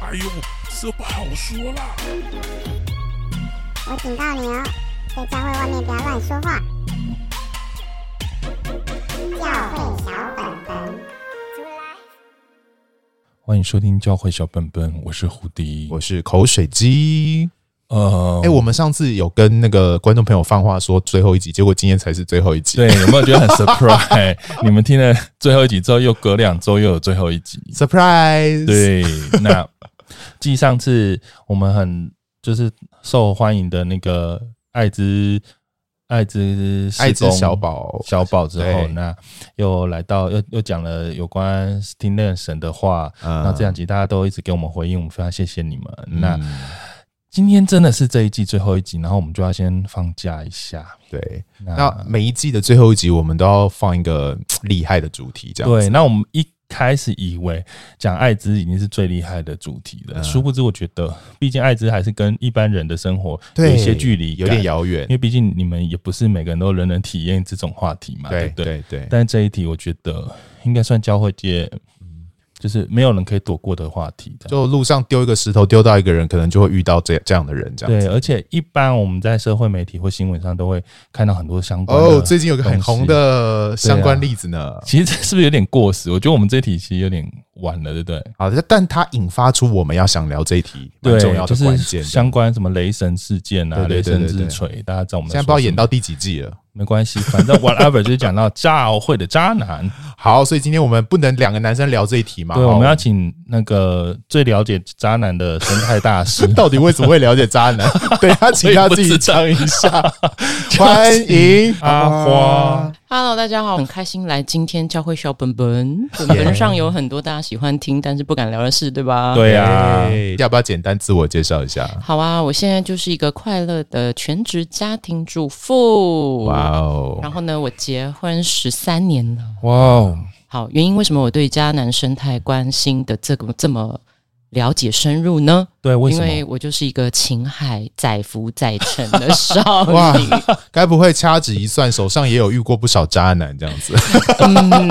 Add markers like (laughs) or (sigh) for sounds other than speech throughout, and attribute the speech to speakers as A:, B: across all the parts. A: 哎呦，这不好说啦。
B: 我警告你哦，在教会外面不要乱说话。教会小本本，
A: 欢迎收听教会小本本，我是胡迪。
C: 我是口水鸡。
A: 呃，
C: 哎、我们上次有跟那个观众朋友放话说最后一集，结果今天才是最后一集。
A: 对有没有
C: (laughs)
A: 觉得很 surprise？你们听了最后一集之后，又隔两周又有最后一集。
C: ，surprise。， (laughs)
A: 对，那继上次我们很就是受欢迎的那个艾滋艾滋社
C: 爱之
A: 工
C: 小宝，
A: 小宝之后，
C: 对
A: 那又来到又又讲了有关听认神的话。
C: 嗯
A: 那这两集大家都一直给我们回应，我们非常谢谢你们。那
C: 嗯
A: 今天真的是这一季最后一集，然后我们就要先放假一下。
C: 对，
A: 那
C: 那每一季的最后一集，我们都要放一个嘖厉害的主题，这样
A: 对，
C: 子。
A: 那我们一开始以为讲艾滋已经是最厉害的主题了，
C: 嗯
A: 殊不知我觉得，毕竟艾滋还是跟一般人的生活有
C: 对，
A: 一些距离，
C: 有点。遥远
A: 因。为毕竟你们也不是每个人都人人体验这种话题嘛，对
C: 啊对
A: 不对？
C: 对对，
A: 但这一题我觉得应该算教会界，嗯就是没有人可以躲过的话题的。
C: 就路上丢一个石头丢到一个人，可能就会遇到这这样的人，这样
A: 对，
C: 子。
A: 而且一般我们在社会媒体或新闻上都会看到很多相关的
C: 哦，最近有个很红
A: 啊东西，啊
C: 的相关例子呢。
A: 其实这是不是有点过时？我觉得我们这一题其实有点晚了，对不对？
C: 好，但它引发出我们要想聊这一题蛮
A: 对，
C: 重要
A: 就
C: 的
A: 是
C: 关键。
A: 相关什么雷神事件啊、
C: 对
A: 雷
C: 对对
A: 神
C: 对
A: 之
C: 对
A: 锤，大家知道我们
C: 现在
A: 在
C: 不知道
A: 说什
C: 演
A: 么
C: 到第几季了。
A: 没关系，反正 whatever 就是讲到教会的渣 (laughs) 男。
C: 好，所以今天我们不能两个男生聊这一题嘛？
A: 对，
C: 好。
A: 我们要请那个最了解渣男的生态大师
C: 到底为什么会了解渣
D: (laughs)
C: 男？对他，请他自己讲一下。欢迎
A: 阿 (laughs) 花，
D: Hello，大家好，
C: 嗯
D: 很开心来今天教会小本本。
C: (laughs)
D: 本本上有很多大家喜欢听但是不敢聊的事，对吧？。
A: 对啊，
C: 哎要不要简单自我介绍一下？
D: 好啊，我现在就是一个快乐的全职家庭主妇。
C: 哇哦
D: 然，后呢，我结婚十三年了。
A: 哇哦，
D: 好，原因为什么我对渣男生态关心的这个这么了解深入呢？
A: 对，为什
D: 因
A: 么？
D: 为我就是一个情海载浮载沉的少
C: 哇
D: 女。
C: 该不会掐指一算，手上也有遇过不少渣男这样子？
D: 嗯嗯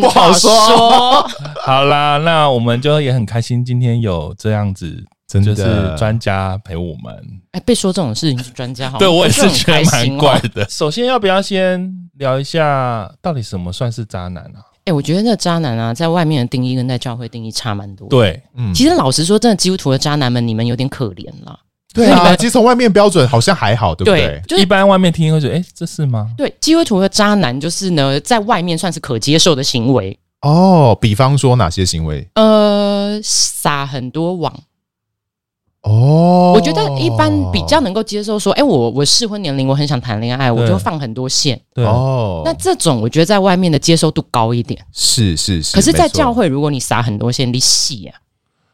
C: (laughs) 不好说
D: 说。
A: 好啦，那我们就也很开心，今天有这样子，
C: 真的
A: 就是专家陪我们。
D: 哎，被说这种事情是专家好吗？
A: 对我也是
D: 很
A: 觉
D: 开
A: 得蛮
D: 心哦
A: 怪的。首先，要不要先聊一下到底什么算是渣男啊？
D: 哎、我觉得那渣男啊，在外面的定义跟在教会定义差蛮多。，
A: 对，
C: 嗯，
D: 其实老实说，真的基督徒的渣男们，你们有点可怜啦。
C: 对啊，其实从外面标准好像还好，对不对？
D: 就是
A: 一般外面听会觉得，哎、这是吗？
D: 对基督徒的渣男，就是呢，在外面算是可接受的行为，
C: 哦，比方说哪些行为？
D: 呃，撒很多网。
C: 哦，
D: 我觉得一般比较能够接受，说，哎、我我适婚年龄，我很想谈恋爱，我
A: 对
D: 就放很多线。
A: 对，
C: 哦，
D: 那这种我觉得在外面的接受度高一点，
C: 是是是，
D: 可是，在
C: 没错
D: 教会如果你撒很多线，你细啊，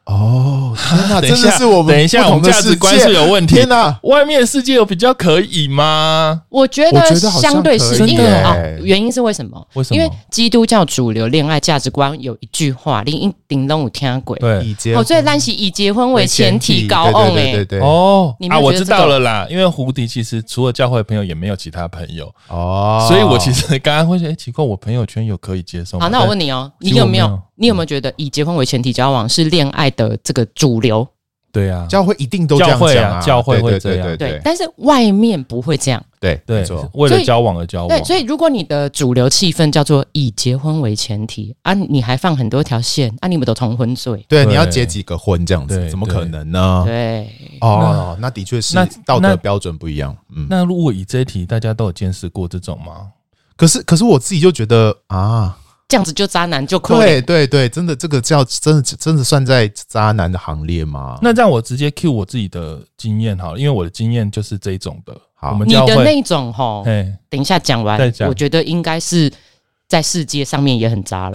C: 哦，天哪，
A: 等一
C: 真
A: 下
C: 的是我们
A: 等一下
C: 不同
A: 我们
C: 的
A: 价值
C: 世
A: 观
C: 界
A: 是有问题
C: 天哪，
A: 外面的世界有比较可以吗？
D: 我觉
C: 我
D: 得
C: 觉得好像
D: 相对
C: 可
D: 是
C: 以
D: 因为
C: 耶
D: 啊，原因是为什么？
A: 为什
D: 因
A: 么？
D: 为基督教主流恋爱价值观有一句话，你一定都有听过。
A: 对
C: 以结
D: 哦好，所以咱是以结婚为前提高昂
C: 对对
D: 诶。
C: 对对对
A: 哦
D: 你，没
A: 啊，
D: 有
A: 我
D: 觉
A: 知
D: 得这
A: 道了
D: 个
A: 啦。因为胡迪其实除了教会朋友，也没有其他朋友，
C: 哦，
A: 所以我其实刚刚会觉得，哎、奇怪，我朋友圈有可以接受吗。
D: 好，那我问
A: 你，
D: 你哦，
A: 其
D: 你
A: 实
D: 有
A: 我没
D: 没
A: 有
D: 有你有没有觉得以结婚为前提交往是恋爱的这个主流？
A: 对啊，
C: 教会一定都这样
A: 教会啊
C: 讲啊，
A: 教会会
C: 对
A: 这
C: 对
A: 样
C: 对
D: 对
C: 对，
D: 但是外面不会这样。
C: 对
A: 对
C: 对，没错，
A: 为了
D: 所以
A: 交往而交往，
D: 对，所以如果你的主流气氛叫做以结婚为前提啊，你还放很多条线啊，你们都同婚罪。
C: 对，
A: 对
C: 你要结几个婚这样
A: 对
C: 子，怎么
A: 对
C: 可能呢？
D: 对，
C: 哦，那的确是
A: 那
C: 道
A: 那
C: 德标准不一样，嗯。
A: 那如果以这一题，大家都有见识过这种吗？
C: 可是可是我自己就觉得啊，
D: 这样子就渣男就扣脸。
C: 对对对，真的这个叫真的真的算在渣男的行列吗？
A: 那让我直接 cue 我自己的经验好了，因为我的经验就是这一种的。
C: 好
A: 我们
D: 你
A: 教
D: 的
A: 会，
D: 那种吼，
A: 哎，
D: 等一下讲完
A: 再，讲
D: 我觉得应该是在世界上面也很渣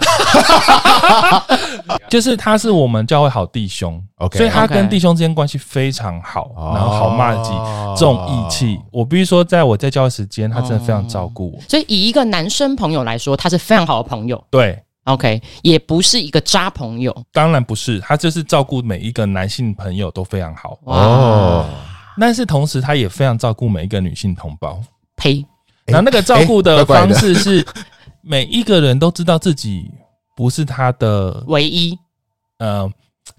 A: (laughs)
D: 了。
A: 就是他是我们教会好弟兄
C: OK，
A: 所以他跟
D: OK
A: 弟兄之间关系非常好，
C: 哦
A: 然后好骂几重义气。我必须说，在我在教会时间，他真的非常照顾
C: 哦
A: 我。
D: 所以以一个男生朋友来说，他是非常好的朋友
A: 对，
D: ，OK，也不是一个渣朋友。
A: 当然不是，他就是照顾每一个男性朋友都非常好，
D: 哇
C: 哦，
A: 但是同时他也非常照顾每一个女性同胞。
D: 呸！
A: 然后那个照顾的
C: 哎怪怪
A: 方
C: 的
A: 式是，每一个人都知道自己不是他的
D: 唯一
A: 呃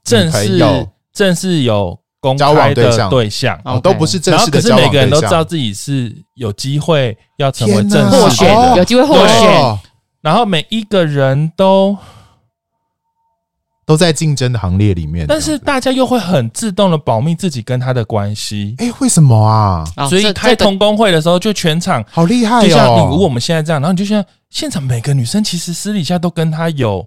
A: 正
C: 朋
A: 式
C: 友
A: 正式有公
C: 交往
A: 开
C: 对
A: 的
C: 象
A: 对象，
D: 哦
C: 哦都不是正
A: 然后
C: 式
A: 可
C: 的
A: 是
C: 交
A: 每
C: 往
A: 个人
C: 对
A: 都知道
C: 象。
A: 自己是有机会要成为
C: 天
A: 正
C: 哪
A: 式
D: 获
A: 的
D: 选
A: 人
C: 哦
D: 有机会获选，
C: 哦，
A: 然后每一个人都，
C: 都在竞争的行列里面。
A: 但是
C: 这样子，
A: 大家又会很自动的保密自己跟他的关系，
C: 哎，为什么啊？
D: 啊
A: 所以
D: 这
A: 开
D: 这个
A: 同工会的时候，就全场
C: 好厉害
A: 就像你如果我
C: 哦！
A: 们现在这样，然后你就像现场每个女生其实私底下都跟他有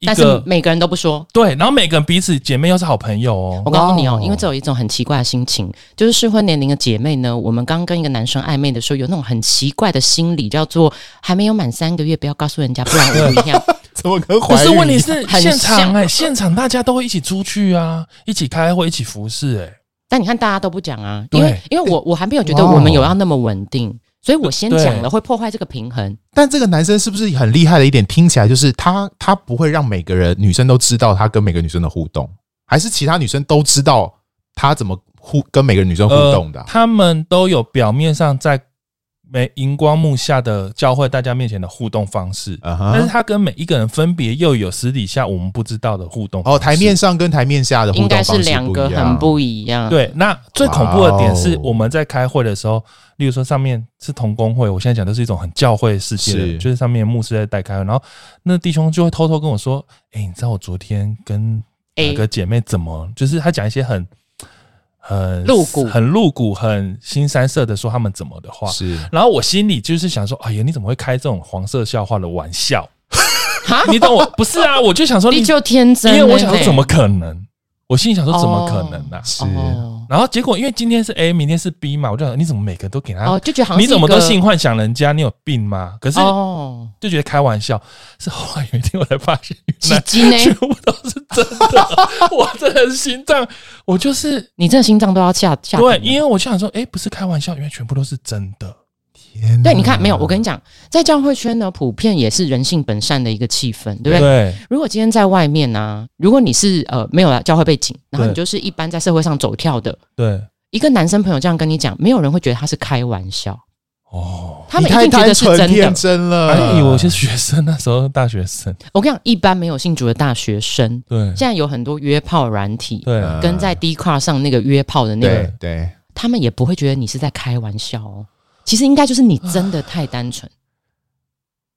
A: 一
D: 但是
A: 个
D: 每个人都不说。
A: 对，然后每个人彼此姐妹又是好朋友哦
D: 我，告诉你哦
C: 哇哦，
D: 因为这有一种很奇怪的心情，就是适婚年龄的姐妹呢，我们刚跟一个男生暧昧的时候，有那种很奇怪的心理，叫做还没有满三个月，不要告诉人家，不然我不一样。
C: 怎么跟
A: 不
C: 怀
A: 是
C: 孕
A: 问题是
D: 很
A: 现场
D: 像
A: 哎、现场大家都会一起出去啊，一起开会，一起服侍哎、
D: 但你看大家都不讲啊，因为因为我我还没有觉得
C: 哇哦
D: 我们有要那么稳定，所以我先讲
A: 哦对
D: 了，会破坏这个平衡。
C: 但这个男生是不是很厉害的一点？听起来就是他，他不会让每个人女生都知道他跟每个女生的互动，还是其他女生都知道他怎么互跟每个女生互动的啊、
A: 呃他们都有表面上在每荧光幕下的教会大家面前的互动方式，
C: 嗯
A: 但是
C: 哼，
A: 他跟每一个人分别又有私底下我们不知道的互动
C: 哦，
A: 方
C: 台
A: 式
C: 面上跟台面下的互
D: 应该
C: 动方
D: 是
C: 式
D: 两个
C: 不一样
D: 很不一样。，
C: 啊
A: 对，那最恐怖的点是
C: 哇哦
A: 我们在开会的时候，例如说上面是同工会，我现在讲的是一种很教会世界的，
C: 是
A: 就是上面牧师在带开会，然后那弟兄就会偷偷跟我说：“哎、你知道我昨天跟哪
D: A
A: 个姐妹怎么？就是他讲一些很很
D: 露骨
A: 很露骨、很新三色的说他们怎么的话。”
C: 是
A: 然后我心里就是想说：“哎呀，你怎么会开这种黄色笑话的玩笑？ (laughs)
D: 哈，
A: 你懂我不是啊？我就想
D: (laughs)
A: 说你
D: 地，就天真欸
A: 因
D: 了
A: 为
D: 呢，
A: 我想说怎么可能？我心里想说怎么可能呢、啊？
C: 是、
D: 哦
A: 然后结果因为今天是 A，明天是 B 嘛，我就想你怎么每个都给他，
D: 哦，就觉得好像
A: 啊你怎么都性
D: 信
A: 幻想人家，你有病吗？可是
D: 哦，
A: 就觉得开玩笑，是后来有一天我才发现，
D: 鸡
A: 原来
D: 鸡
A: (laughs) 全
D: 呢？
A: 部都是真
D: (laughs)
A: 的，我真的心脏，我就是
D: 你这心脏都要下下
A: 对，
D: 停了
A: 因为我就想说，哎，不是开玩笑，原来全部都是真的，
C: 天哪
D: 对，你看没有？我跟你讲，在教会圈呢，普遍也是人性本善的一个气氛，对不对？
A: 对
D: 如果今天在外面呢、如果你是呃没有教会背景，然后你
A: 对
D: 就是一般在社会上走跳的，
A: 对，
D: 一个男生朋友这样跟你讲，没有人会觉得他是开玩笑，
A: 哦，
D: 他
C: 你
D: 们一
C: 太
D: 定觉
C: 单
D: 得是
C: 纯
D: 真的
C: 天。真了，
D: 呃
A: 还哎以为我是学生，那时候大学生，
D: 我跟你讲，一般没有信主的大学生，
A: 对
D: 现在有很多约炮软体，
A: 对，
C: 嗯
D: 跟在 d c a r 上那个约炮的那个，
C: 对对，
D: 他们也不会觉得你是在开玩笑哦。其实应该就是你真的太单纯，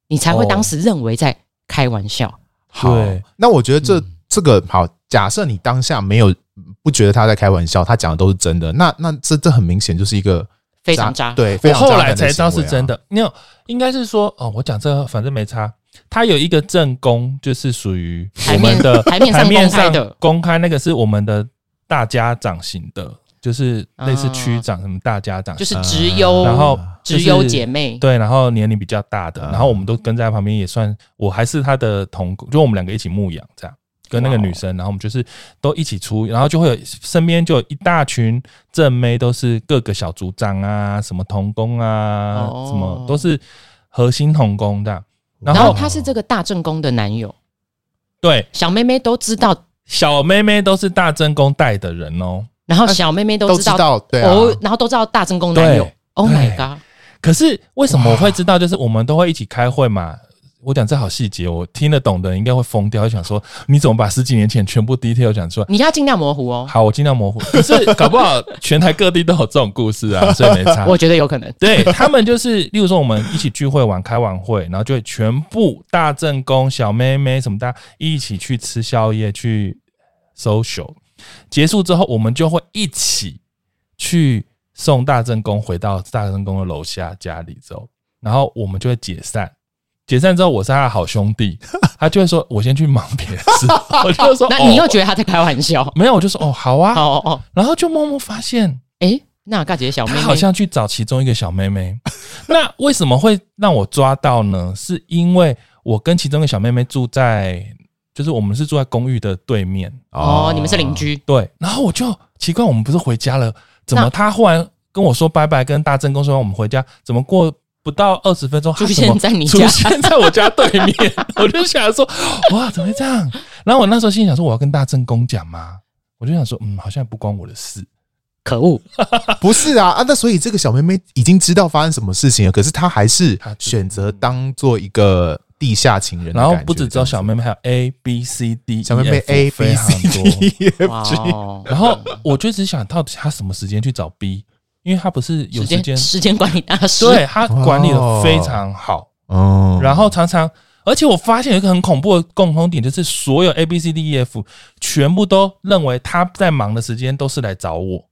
D: 你才会
A: 哦
D: 当时认为在开玩笑。
C: 好
A: 对。
C: 那我觉得这、
D: 嗯
C: 这个好，假设你当下没有不觉得他在开玩笑，他讲的都是真的，那那这这很明显就是一个
D: 非常渣。
C: 对，非
A: 我
C: 常
A: 后
C: 渣
A: 来
C: 男
A: 才知道
C: 行
A: 是
C: 为啊
A: 真。的。没有，应该是说哦，我讲这个反正没差。他有一个正宫，就是属于我们的
D: 台面台面上公开
A: 台面
D: 的
A: 公开那个是我们的大家长型的，就是类似区长什么大家长
D: 啊就
A: 型，
D: 是直优，
A: 啊然后就
D: 直
A: 是
D: 优姐妹，
A: 对，然后年龄比较大的，
C: 嗯
A: 然后我们都跟在旁边也算，我还是他的同，就我们两个一起牧养这样。跟那个女生，然后我们就是都一起出，然后就会有身边就有一大群正妹，都是各个小组长啊，什么童工啊，
D: 哦
A: 什么都是核心童工这样。然
D: 然
A: 后
D: 后他是这个大正宫的男友，
A: 对，
D: 小妹妹都知道，
A: 小妹妹都是大真宫带的人哦。
D: 然后小妹妹都
C: 都
D: 知
C: 知
D: 道，
C: 道，对啊，
D: 哦，然后都知道大正宫男友
A: 对。
D: Oh my
A: 对
D: god！
A: 可是为什么我会知道？就是我们都会一起开会嘛。我讲这好细节，我听得懂的人应该会疯掉，就想说你怎么把十几年前全部 detail 讲出来？
D: 你要尽量模糊哦，
A: 好，我尽量模
D: (laughs)
A: 糊。可是搞不好全台各地都有这种故事啊，所以没差。
D: 我觉得有可能。
A: 对他们就是，例如说我们一起聚会完开完会，然后就会全部大正宫、小妹妹什么大家一起去吃宵夜去 social。结束之后，我们就会一起去送大正宫回到大正宫的楼下家里之后，然后我们就会解散。解散之后，我是他的好兄
D: (laughs)
A: 弟，他就会说：“我先去忙别的事。”我就说：“
D: 那你又
A: 哦
D: 觉得他在开玩笑？
A: 没有？”我就说：“哦，好啊。
D: 哦哦，
A: 然后就默默发现，
D: 哎，那尬姐小妹
A: 他
D: 妹
A: 好像去找其中一个小妹妹。 (laughs) 那为什么会让我抓到呢？是因为我跟其中一个小妹妹住在，就是我们是住在公寓的对面。
D: 哦，你们是邻，居，
A: 对，然后我就奇怪，我们不是回家了，怎么
D: 那
A: 她忽然跟我说拜拜，跟大正公说我们回家，怎么过不到二十分钟，她
D: 出
A: 怎
D: 现
A: 么
D: 在你
A: 出
D: 家，
A: 现在我家对面？ (laughs) 我就想说，哇，怎么会这样？然后我那时候心里想说，我要跟大正公讲吗？我就想说，嗯，好像不关我的事。
D: 可
A: 哦
D: 恶！
C: 不是啊 (laughs) 啊！那所以这个小妹妹已经知道发生什么事情了，可是她还是
A: 她知
C: 选择当做一个地下情人的
A: 然
C: 感觉。
A: 后不只只有小妹妹，还有 A B C D，E,
C: 小妹妹 A B C
A: 多。
C: (laughs) D E
D: 哇
C: F G，
D: 哦，
A: 然后我就只想到底他什么时间去找 B，因为他不是有
D: 时
A: 时间
D: 间，时间管理大师，
A: 对他管理的非常好。
C: 嗯
A: 然后常常，而且我发现有一个很恐怖的共同点，就是所有 A B C D E F 全部都认为他在忙的时间都是来找我。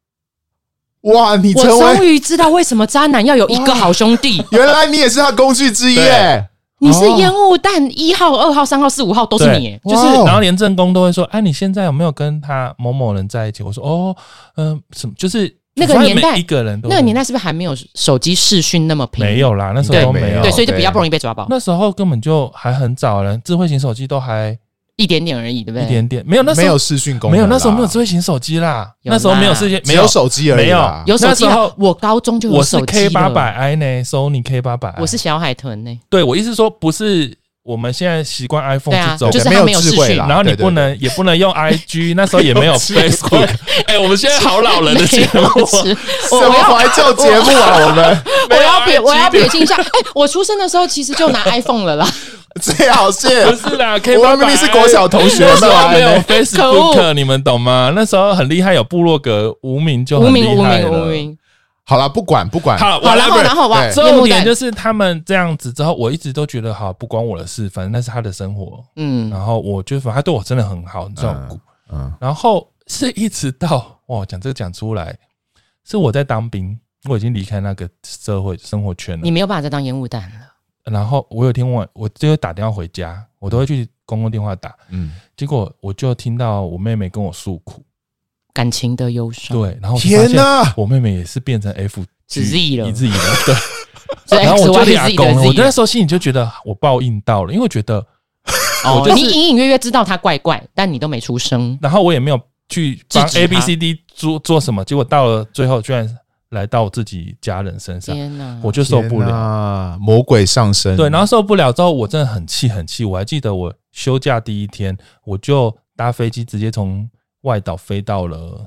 C: 哇，你
D: 我
C: 成
D: 终
C: 为
D: 于知道为什么渣男要有一个好兄弟。
C: 原来你也是他工具之一
A: 对
C: 耶！
D: 你是烟雾弹一号、二号、三号、四五号都是你耶，
A: 对就是
C: 哇哦
A: 然后连正宫都会说：“哎、你现在有没有跟他某某人在一起？”我说：“哦，嗯、什么？就是
D: 那个
A: 反正
D: 年代
A: 每一个人都
D: 那个年代是不是还没有手机视讯那么频？
A: 没有啦，那时候
D: 对
A: 都没有，
D: 对，所以就比较
C: 对
D: 不容易被抓包，
A: 那时候根本就还很早了，智慧型手机都还
D: 一点点而已，对不
A: 一
D: 对？
A: 点点，没有那时
C: 没有
A: 候
C: 视讯功
A: 没
C: 能啦，
A: 有那时候没有智慧型手机啦，
D: 有啦
A: 那时候没有世界没
C: 只有手机而已
A: 没有
C: 啦。
D: 有手机
A: 那时
D: 啊
A: 候，
D: 我高中就有
A: 我是
D: 手机
A: K 八百
D: 了。
A: i 呢，Sony K 八百，
D: 我是小海豚呢，
A: 对我意思说不是我们现在习惯 iPhone
D: 对啊
A: 去走
D: 就
A: 的。
D: 是
C: 没
D: 他
C: 有
D: 没有
C: 智
D: 视
C: 慧
D: 讯
C: 啦，
A: 然后你
C: 对对
A: 不能也不能用
D: (laughs)
A: IG，那时候也没有 Facebook。哎，我们现在 (laughs) 好老人的节目
D: 没有
A: 啊，
D: 是
C: 对什
D: 我我
C: 么
D: 要
C: 怀旧节
A: (laughs)
C: 目啊？我们
D: 我要撇
A: 啊
D: 我要撇
A: IG
D: 清一下，哎，我出生的时候其实就
A: (laughs)
D: 拿 iPhone 了啦，
C: 最好是
A: (laughs) 不是啦，K
C: 我
A: 八
C: 们明明是国小同学
A: 那时候
C: 嘛哎
A: 没有
D: 可
A: Facebook，你们懂吗？那时候很厉害，有部落格，无名就
D: 无
A: 很厉
D: 名无
A: 害
D: 名
A: 了
D: 无。名。
C: 好了，不管不管，
A: 好，
D: 好，
A: 我
D: 然
A: 来
D: 后然后哇，
C: 对
D: 烟
A: 重
D: 雾
A: 点
D: 弹
A: 就是他们这样子之后，我一直都觉得好不关我的事，反正那是他的生活。
D: 嗯，
A: 然后我就反正他对我真的很好，很照顾。
C: 嗯，
A: 然后是一直到哇，讲这个讲出来，是我在当兵，我已经离开那个社会生活圈了
D: 你。没有办法再当烟雾弹了，
A: 然后我有一天晚，我就会打电话回家，我都会去公共电话打。
C: 嗯，
A: 结果我就听到我妹妹跟我诉苦，
D: 感情的忧伤。，
A: 对，然后我就发
C: 天
A: 现
C: 哪，
A: 我妹妹也是变成 F
D: 是 Z 了
A: 一字以了，对。
D: 所以
A: 然后
D: X
A: 我就
D: Y 是
A: 俩
D: Z
A: 公
D: 的
A: 了，我
D: Z
A: 那
D: 的。
A: 时候心里就觉得我报应到了，因为我觉得，我
D: 哦，
A: 就是
D: 你隐隐约约知道他怪怪，但你都没出声。
A: 然后我也没有去帮
D: 制止
A: A
D: 他
A: B C D 做做什么，结果到了最后居然来到我自己家人身上，
D: 天哪！
A: 啊我就受不了。
C: 了，魔鬼上身。
A: 对，然后受不了之后，我真的很气很气。我还记得我休假第一天，我就搭飞机直接从外岛飞到了。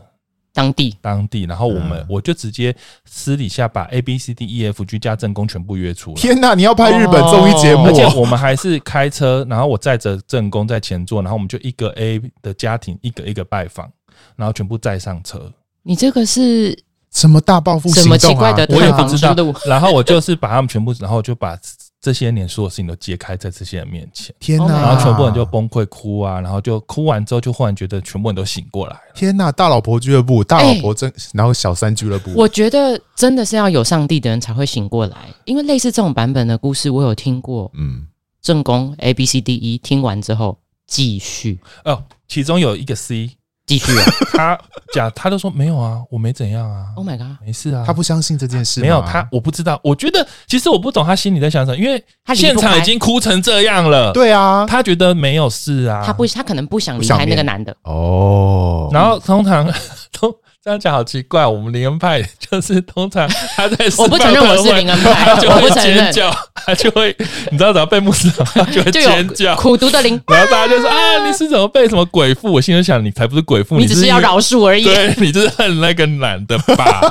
D: 当地
A: 当地，然后我们、
C: 嗯
A: 我就直接私底下把 A B C D E F G 加正宫全部约出来，
C: 天哪，你要拍日本综艺节目
A: 而且
C: 哦？
A: 我们还是开车，然后我载着正宫在前座，然后我们就一个 A 的家庭一个一个拜访，然后全部载上车。
D: 你这个是
C: 什么大报复
D: 什
C: 行
D: 么奇
C: 动
D: 怪
C: 啊？
D: 的
A: 我也
D: 探
A: 不
D: 访
A: 知
D: 之
A: 道
D: 路？
A: (laughs) 然后我就是把他们全部，然后我就把这些年所有事情都揭开在这些人面前，
C: 天哪，
D: Oh my
A: 哦然后全部人就崩溃哭啊，然后就哭完之后就忽然觉得全部人都醒过来了。
C: 天哪，大老婆俱乐部，大老婆
A: 哎
C: 真，然后小三俱乐部，
D: 我觉得真的是要有上帝的人才会醒过来，因为类似这种版本的故事，我有听过。
C: 嗯，
D: 正宫 A B C D E 听完之后，继续
A: 哦，其中有一个 C，
D: 继续、啊。
A: 他讲他都说没有啊，我没怎样啊，
D: (laughs) oh my god！
A: 没事啊，
C: 他不相信这件事吗，
A: 没有他，我不知道。我觉得其实我不懂他心里在想什么，因为
D: 他离不
A: 现场已
D: 开
A: 经哭成这样了，，
C: 对啊，
A: 他觉得没有事啊，
D: 他不，他可能不想
C: 不
D: 离
C: 想
D: 开那个
C: 面
D: 男的，
C: 哦，
A: 然后通常 (laughs) 都这样讲好奇怪，我们灵恩派就是通常他在
D: 我不承认我是灵恩派
A: (laughs) 他就
D: 我
A: 会
D: 不承
A: 尖
D: 认
A: 叫，他就会你知道，只要被牧师长，他就会
D: 就
A: 尖
D: 有
A: 叫。
D: 苦读的灵，
A: 然后大家就说啊，你是怎么被什么鬼附？我心里想，你才不是鬼附，
D: 你只
A: 是
D: 是要饶恕而已。
A: 对你就是恨那个男的
D: (laughs)
A: 吧？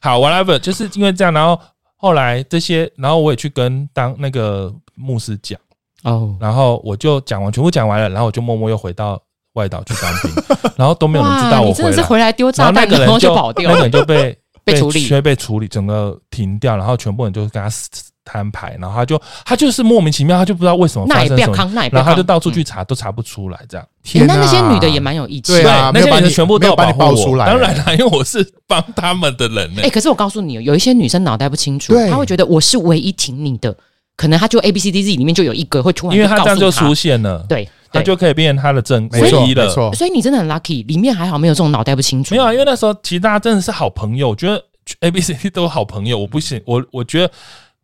A: 好，whatever，就是因为这样，然后后来这些，然后我也去跟当那个牧师讲，
D: 哦，
A: 然后我就讲完，全部讲完了，然后我就默默又回到外岛去当
D: (laughs)
A: 兵，然后都没有人知道
D: 哇
A: 我
D: 你真
A: 回
D: 的是
A: 来。
D: 回来丢
A: 然后
D: 炸
A: 那
D: 弹，
A: 个
D: 然后
A: 人
D: 就跑掉
A: 那个。人就被
D: (laughs) 被处理
A: 被被处理，整个停掉，然后全部人就跟他摊牌，然后他就他就是莫名其妙，他就不知道为什么发
D: 那也
A: 生什
D: 哎不要
A: 么事，
D: 扛，那也不
A: 然
D: 要
A: 后他
D: 扛。
A: 就到处去查，都查不出来这样。
D: 嗯、
C: 天
D: 那
C: 哪，
D: 那些女的也蛮有义气的。
C: 对
A: 那
C: 啊没有
A: 些
C: 把
A: 人
C: 你
A: 全部
C: 没
A: 都
C: 有把
A: 保
C: 你
A: 护
C: 爆
A: 我
C: 出来
A: 当然啦，因为我是帮他们的人呢、
D: 哎、可是我告诉你，有一些女生脑袋不清楚
C: 对，
D: 她会觉得我是唯一挺你的，可能她就 A B C D Z 里面就有一个会突然
A: 因为他
D: 告
A: 这
D: 诉
A: 样就
D: 她
A: 出现了，
D: 对，
A: 他
D: 对
A: 就可以变成他的正
C: 没错
A: 唯一
C: 没
A: 了。
C: 错，
D: 所以你真的很 lucky，里面还好没有这种脑袋不清楚。
A: 没有啊，因为那时候其实大家真的是好朋友，我觉得 A、B、C、D 都好朋
D: 嗯
A: 友。我不行，我我觉得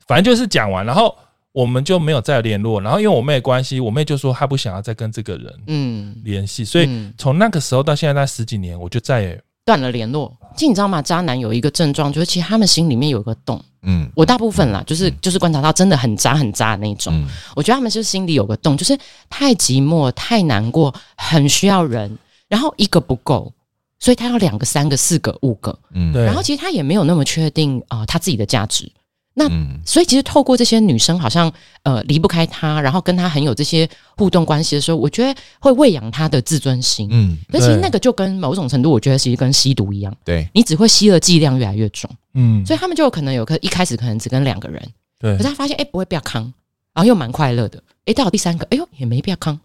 A: 反正就是讲完，然后我们就没有再联络。然后因为我妹的关系，我妹就说她不想要再跟这个人
D: 嗯，
A: 联系，所以
D: 嗯
A: 从那个时候到现在，大概十几年，我就再也
D: 断了联络。其实你知道吗？渣男有一个症状，就是其实他们心里面有一个洞。
C: 嗯
D: 我大部分啦，就是就是观察到真的很渣很渣的那种。
C: 嗯，
D: 我觉得他们就是心里有个洞，就是太寂寞、太难过，很需要人，然后一个不够，所以他要两个、三个、四个、五个。
C: 嗯
A: 对。
D: 然后其实他也没有那么确定啊、呃他自己的价值。那
C: 嗯，
D: 所以其实透过这些女生，好像呃离不开他，然后跟他很有这些互动关系的时候，我觉得会喂养他的自尊心。
C: 嗯，
D: 可是其实
A: 对
D: 那个就跟某种程度，我觉得其实跟吸毒一样，
C: 对，
D: 你只会吸的剂量越来越重，
A: 嗯，
D: 所以他们就有可能有个一开始可能只跟两个人，
A: 对
D: 可是他发现哎、诶不会不要康，然后又蛮快乐的，哎到了第三个，哎呦也没不要康，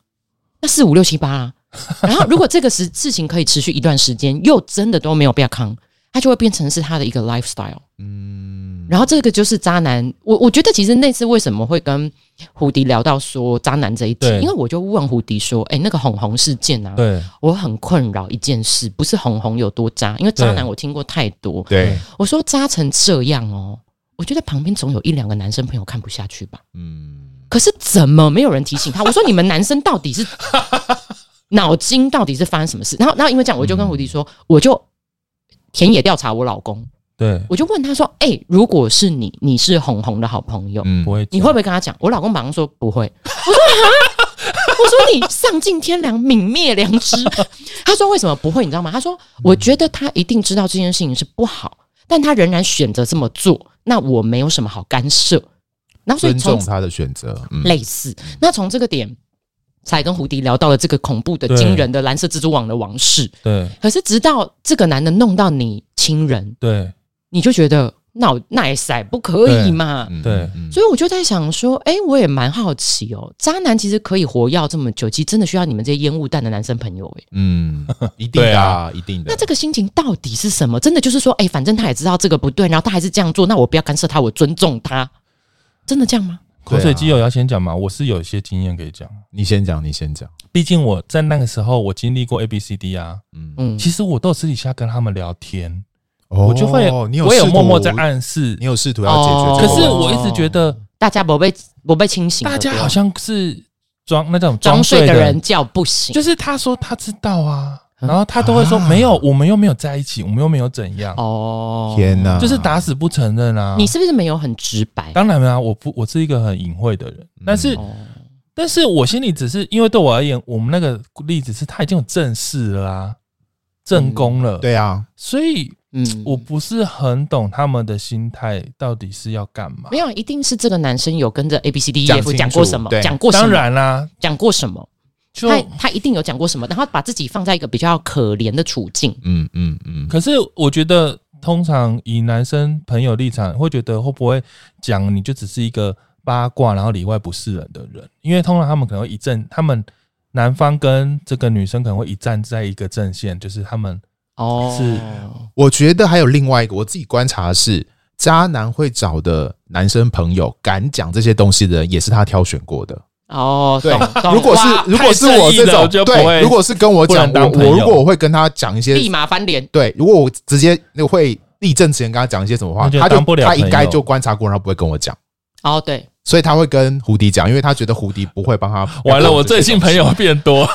D: 那四五六七八
A: (laughs)
D: 啊，然后如果这个事事情可以持续一段时间，又真的都没有不要康，它就会变成是他的一个 lifestyle。
C: 嗯，
D: 然后这个就是渣男，我我觉得其实那次为什么会跟胡迪聊到说渣男这一题
A: 对，
D: 因为我就问胡迪说，哎、那个红红事件啊，
A: 对
D: 我很困扰一件事，不是红红有多渣，因为渣
A: 对
D: 男我听过太多。
C: 对，
D: 我说渣成这样哦，我觉得旁边总有一两个男生朋友看不下去吧。
C: 嗯，
D: 可是怎么没有人提醒他？我说你们男生到底是脑筋到底是发生什么事？然后，然后因为这样，我就跟胡迪说，我就田野调查我老公，
A: 对，
D: 我就问他说：“哎、如果是你，你是红红的好朋友，
C: 嗯
A: 不，会，
D: 你会不会跟他讲？”我老公马上说：“不会。” (laughs) 我说：“啊，我说你丧尽天良，泯灭良知。”他说：“为什么不会？你知道吗？”他说：“
C: 嗯
D: 我觉得他一定知道这件事情是不好，但他仍然选择这么做，那我没有什么好干涉。”然后所以
C: 尊
D: 从
C: 重他的选择，嗯，
D: 类似，那从这个点。才跟胡迪聊到了这个恐怖的、
A: 对
D: 惊人的蓝色蜘蛛网的往事，
A: 对
D: 可是直到这个男的弄到你亲人，
A: 对
D: 你就觉得那我那也塞不可以嘛。
C: 嗯
A: 对，
C: 嗯
D: 所以我就在想说，哎、我也蛮好奇哦，渣男其实可以活药这么久，其实真的需要你们这些烟雾弹的男生朋友哎、
C: 嗯，一定
A: 对
C: 的
A: 啊
C: 啊，一定的。
D: 那这个心情到底是什么？真的就是说，哎、反正他也知道这个不对，然后他还是这样做，那我不要干涉他，我尊重他，真的这样吗？
A: 口
C: 对
A: 水
C: 啊
A: 鸡有要先讲嘛？我是有一些经验可以讲，
C: 你先讲，你先讲，
A: 毕竟我在那个时候我经历过 A B C D 啊，
C: 嗯，
D: 嗯，哦
A: 其实我都有私底下跟他们聊天，
C: 我
A: 我就会
C: 你有
A: 哦我有
C: 试图
A: 默默在，暗示
C: 你，有试图要
D: 哦
C: 解
A: 可
C: 决这个问题，
A: 是我一直觉得
D: 大家不被不被清醒的，
A: 大家好像是装那种
D: 装睡
A: 睡
D: 的
A: 人
D: 人叫不醒，
A: 就是他说他知道啊，
D: 嗯
A: 然后他都会说
C: 啊
A: 没有，我们又没有在一起，我们又没有怎样，
D: 哦，
C: 天哪，
A: 就是打死不承认啊。
D: 你是不是没有很直白？
A: 当然啦、我不我是一个很隐晦的人，但是、
D: 哦，
A: 但是我心里只是因为对我而言，我们那个例子是他已经有正事了啊，正宫了，，
C: 对啊，
A: 所以
D: 嗯
A: 我不是很懂他们的心态到底是要干嘛
D: 没。有，一定是这个男生有跟着 A B C D E
C: 讲
D: F
C: 清
D: 讲过
C: 楚
D: 什么，
C: 对
D: 讲过什么，
A: 当然啦、
D: 讲过什么，
A: 就
D: 他他一定有讲过什么，然后把自己放在一个比较可怜的处境。
C: 嗯嗯嗯，
A: 可是我觉得，通常以男生朋友立场，会觉得会不会讲你就只是一个八卦，然后里外不是人的人？因为通常他们可能会一阵，他们男方跟这个女生可能会一站在一个阵线，就是他 (laughs) 们
D: 哦
A: 是
C: 我觉得还有另外一个，我自己观察的是，渣男会找的男生朋友敢讲这些东西的人，也是他挑选过的。
D: 哦，
C: 对
D: 懂懂。
C: 如果是
D: 哇
C: 如果是我
A: 太正
C: 这
A: 义了我
C: 种
A: 就不会
C: 对，如果是跟我
A: 不
C: 讲
A: 能，
C: 我
A: 当朋友
C: 我如果我会跟他讲一些
D: 立马翻脸，
C: 对，如果我直接会立正之前跟他讲一些什么话，
A: 那就
C: 他就
A: 当不了
C: 他应
A: 朋
C: 该
A: 友
C: 就观察过，然后不会跟我讲，
D: 哦，对，
C: 所以他会跟胡迪讲，因为他觉得胡迪不会帮他。
A: (laughs) 完了，我最
C: 这些
A: 近
C: 东
A: 朋
C: 西，
A: 友变多，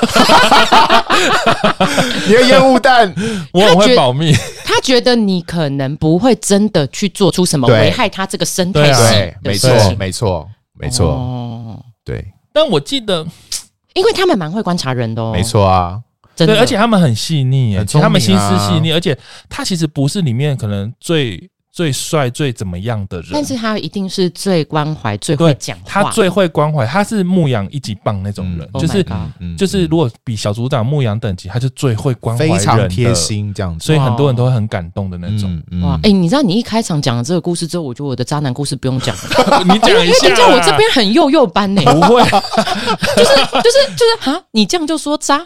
C: 你的烟雾弹，
A: (laughs) 我很
D: 他觉
A: 会
D: 得
A: 保密。
D: 他觉得你可能不不会真的去做出什么
C: 对
D: 危害他这个
A: (laughs)
D: 生
A: 对
D: 态
A: 啊
D: 系
A: (laughs)
C: 对，
D: 的
C: 没
D: 事
C: 错
A: 是
D: 情，，
C: 没错，没错，
D: 哦，
C: 对，
A: 但我记得，
D: 因为他们蛮会观察人的哦，
C: 没，错啊，
D: 真
A: 对，
D: 的，
A: 而且他们很细腻、欸，
C: 很
A: 其实他们心
C: 聪明
A: 思
C: 啊
A: 细腻，而且他其实不是里面可能最最帅、最怎么样的人，
D: 但是他一定是最关怀、最
A: 对
D: 会讲话，
A: 他最会关怀，他是牧羊一级棒那种人，
D: 嗯
A: 就是
D: Oh my god 啊
C: 嗯
A: 就是如果比小组长牧羊等级，他就最会关怀
C: 非
A: 人，
C: 常贴，心这样子，
A: 所以很多人都会很感动的那种。
C: 嗯嗯
D: 哇，哎、你知道你一开场讲了这个故事之后，我觉得我的渣男故事不用讲了，
A: 你 (laughs) 讲
D: 因
A: 一
D: 为
A: 下
D: 等
A: 啦，
D: 一下我哎这边很幼
C: (laughs)
D: 幼班呢、
A: 不会，
D: (laughs) 就是就是就是啊，你这样就说渣。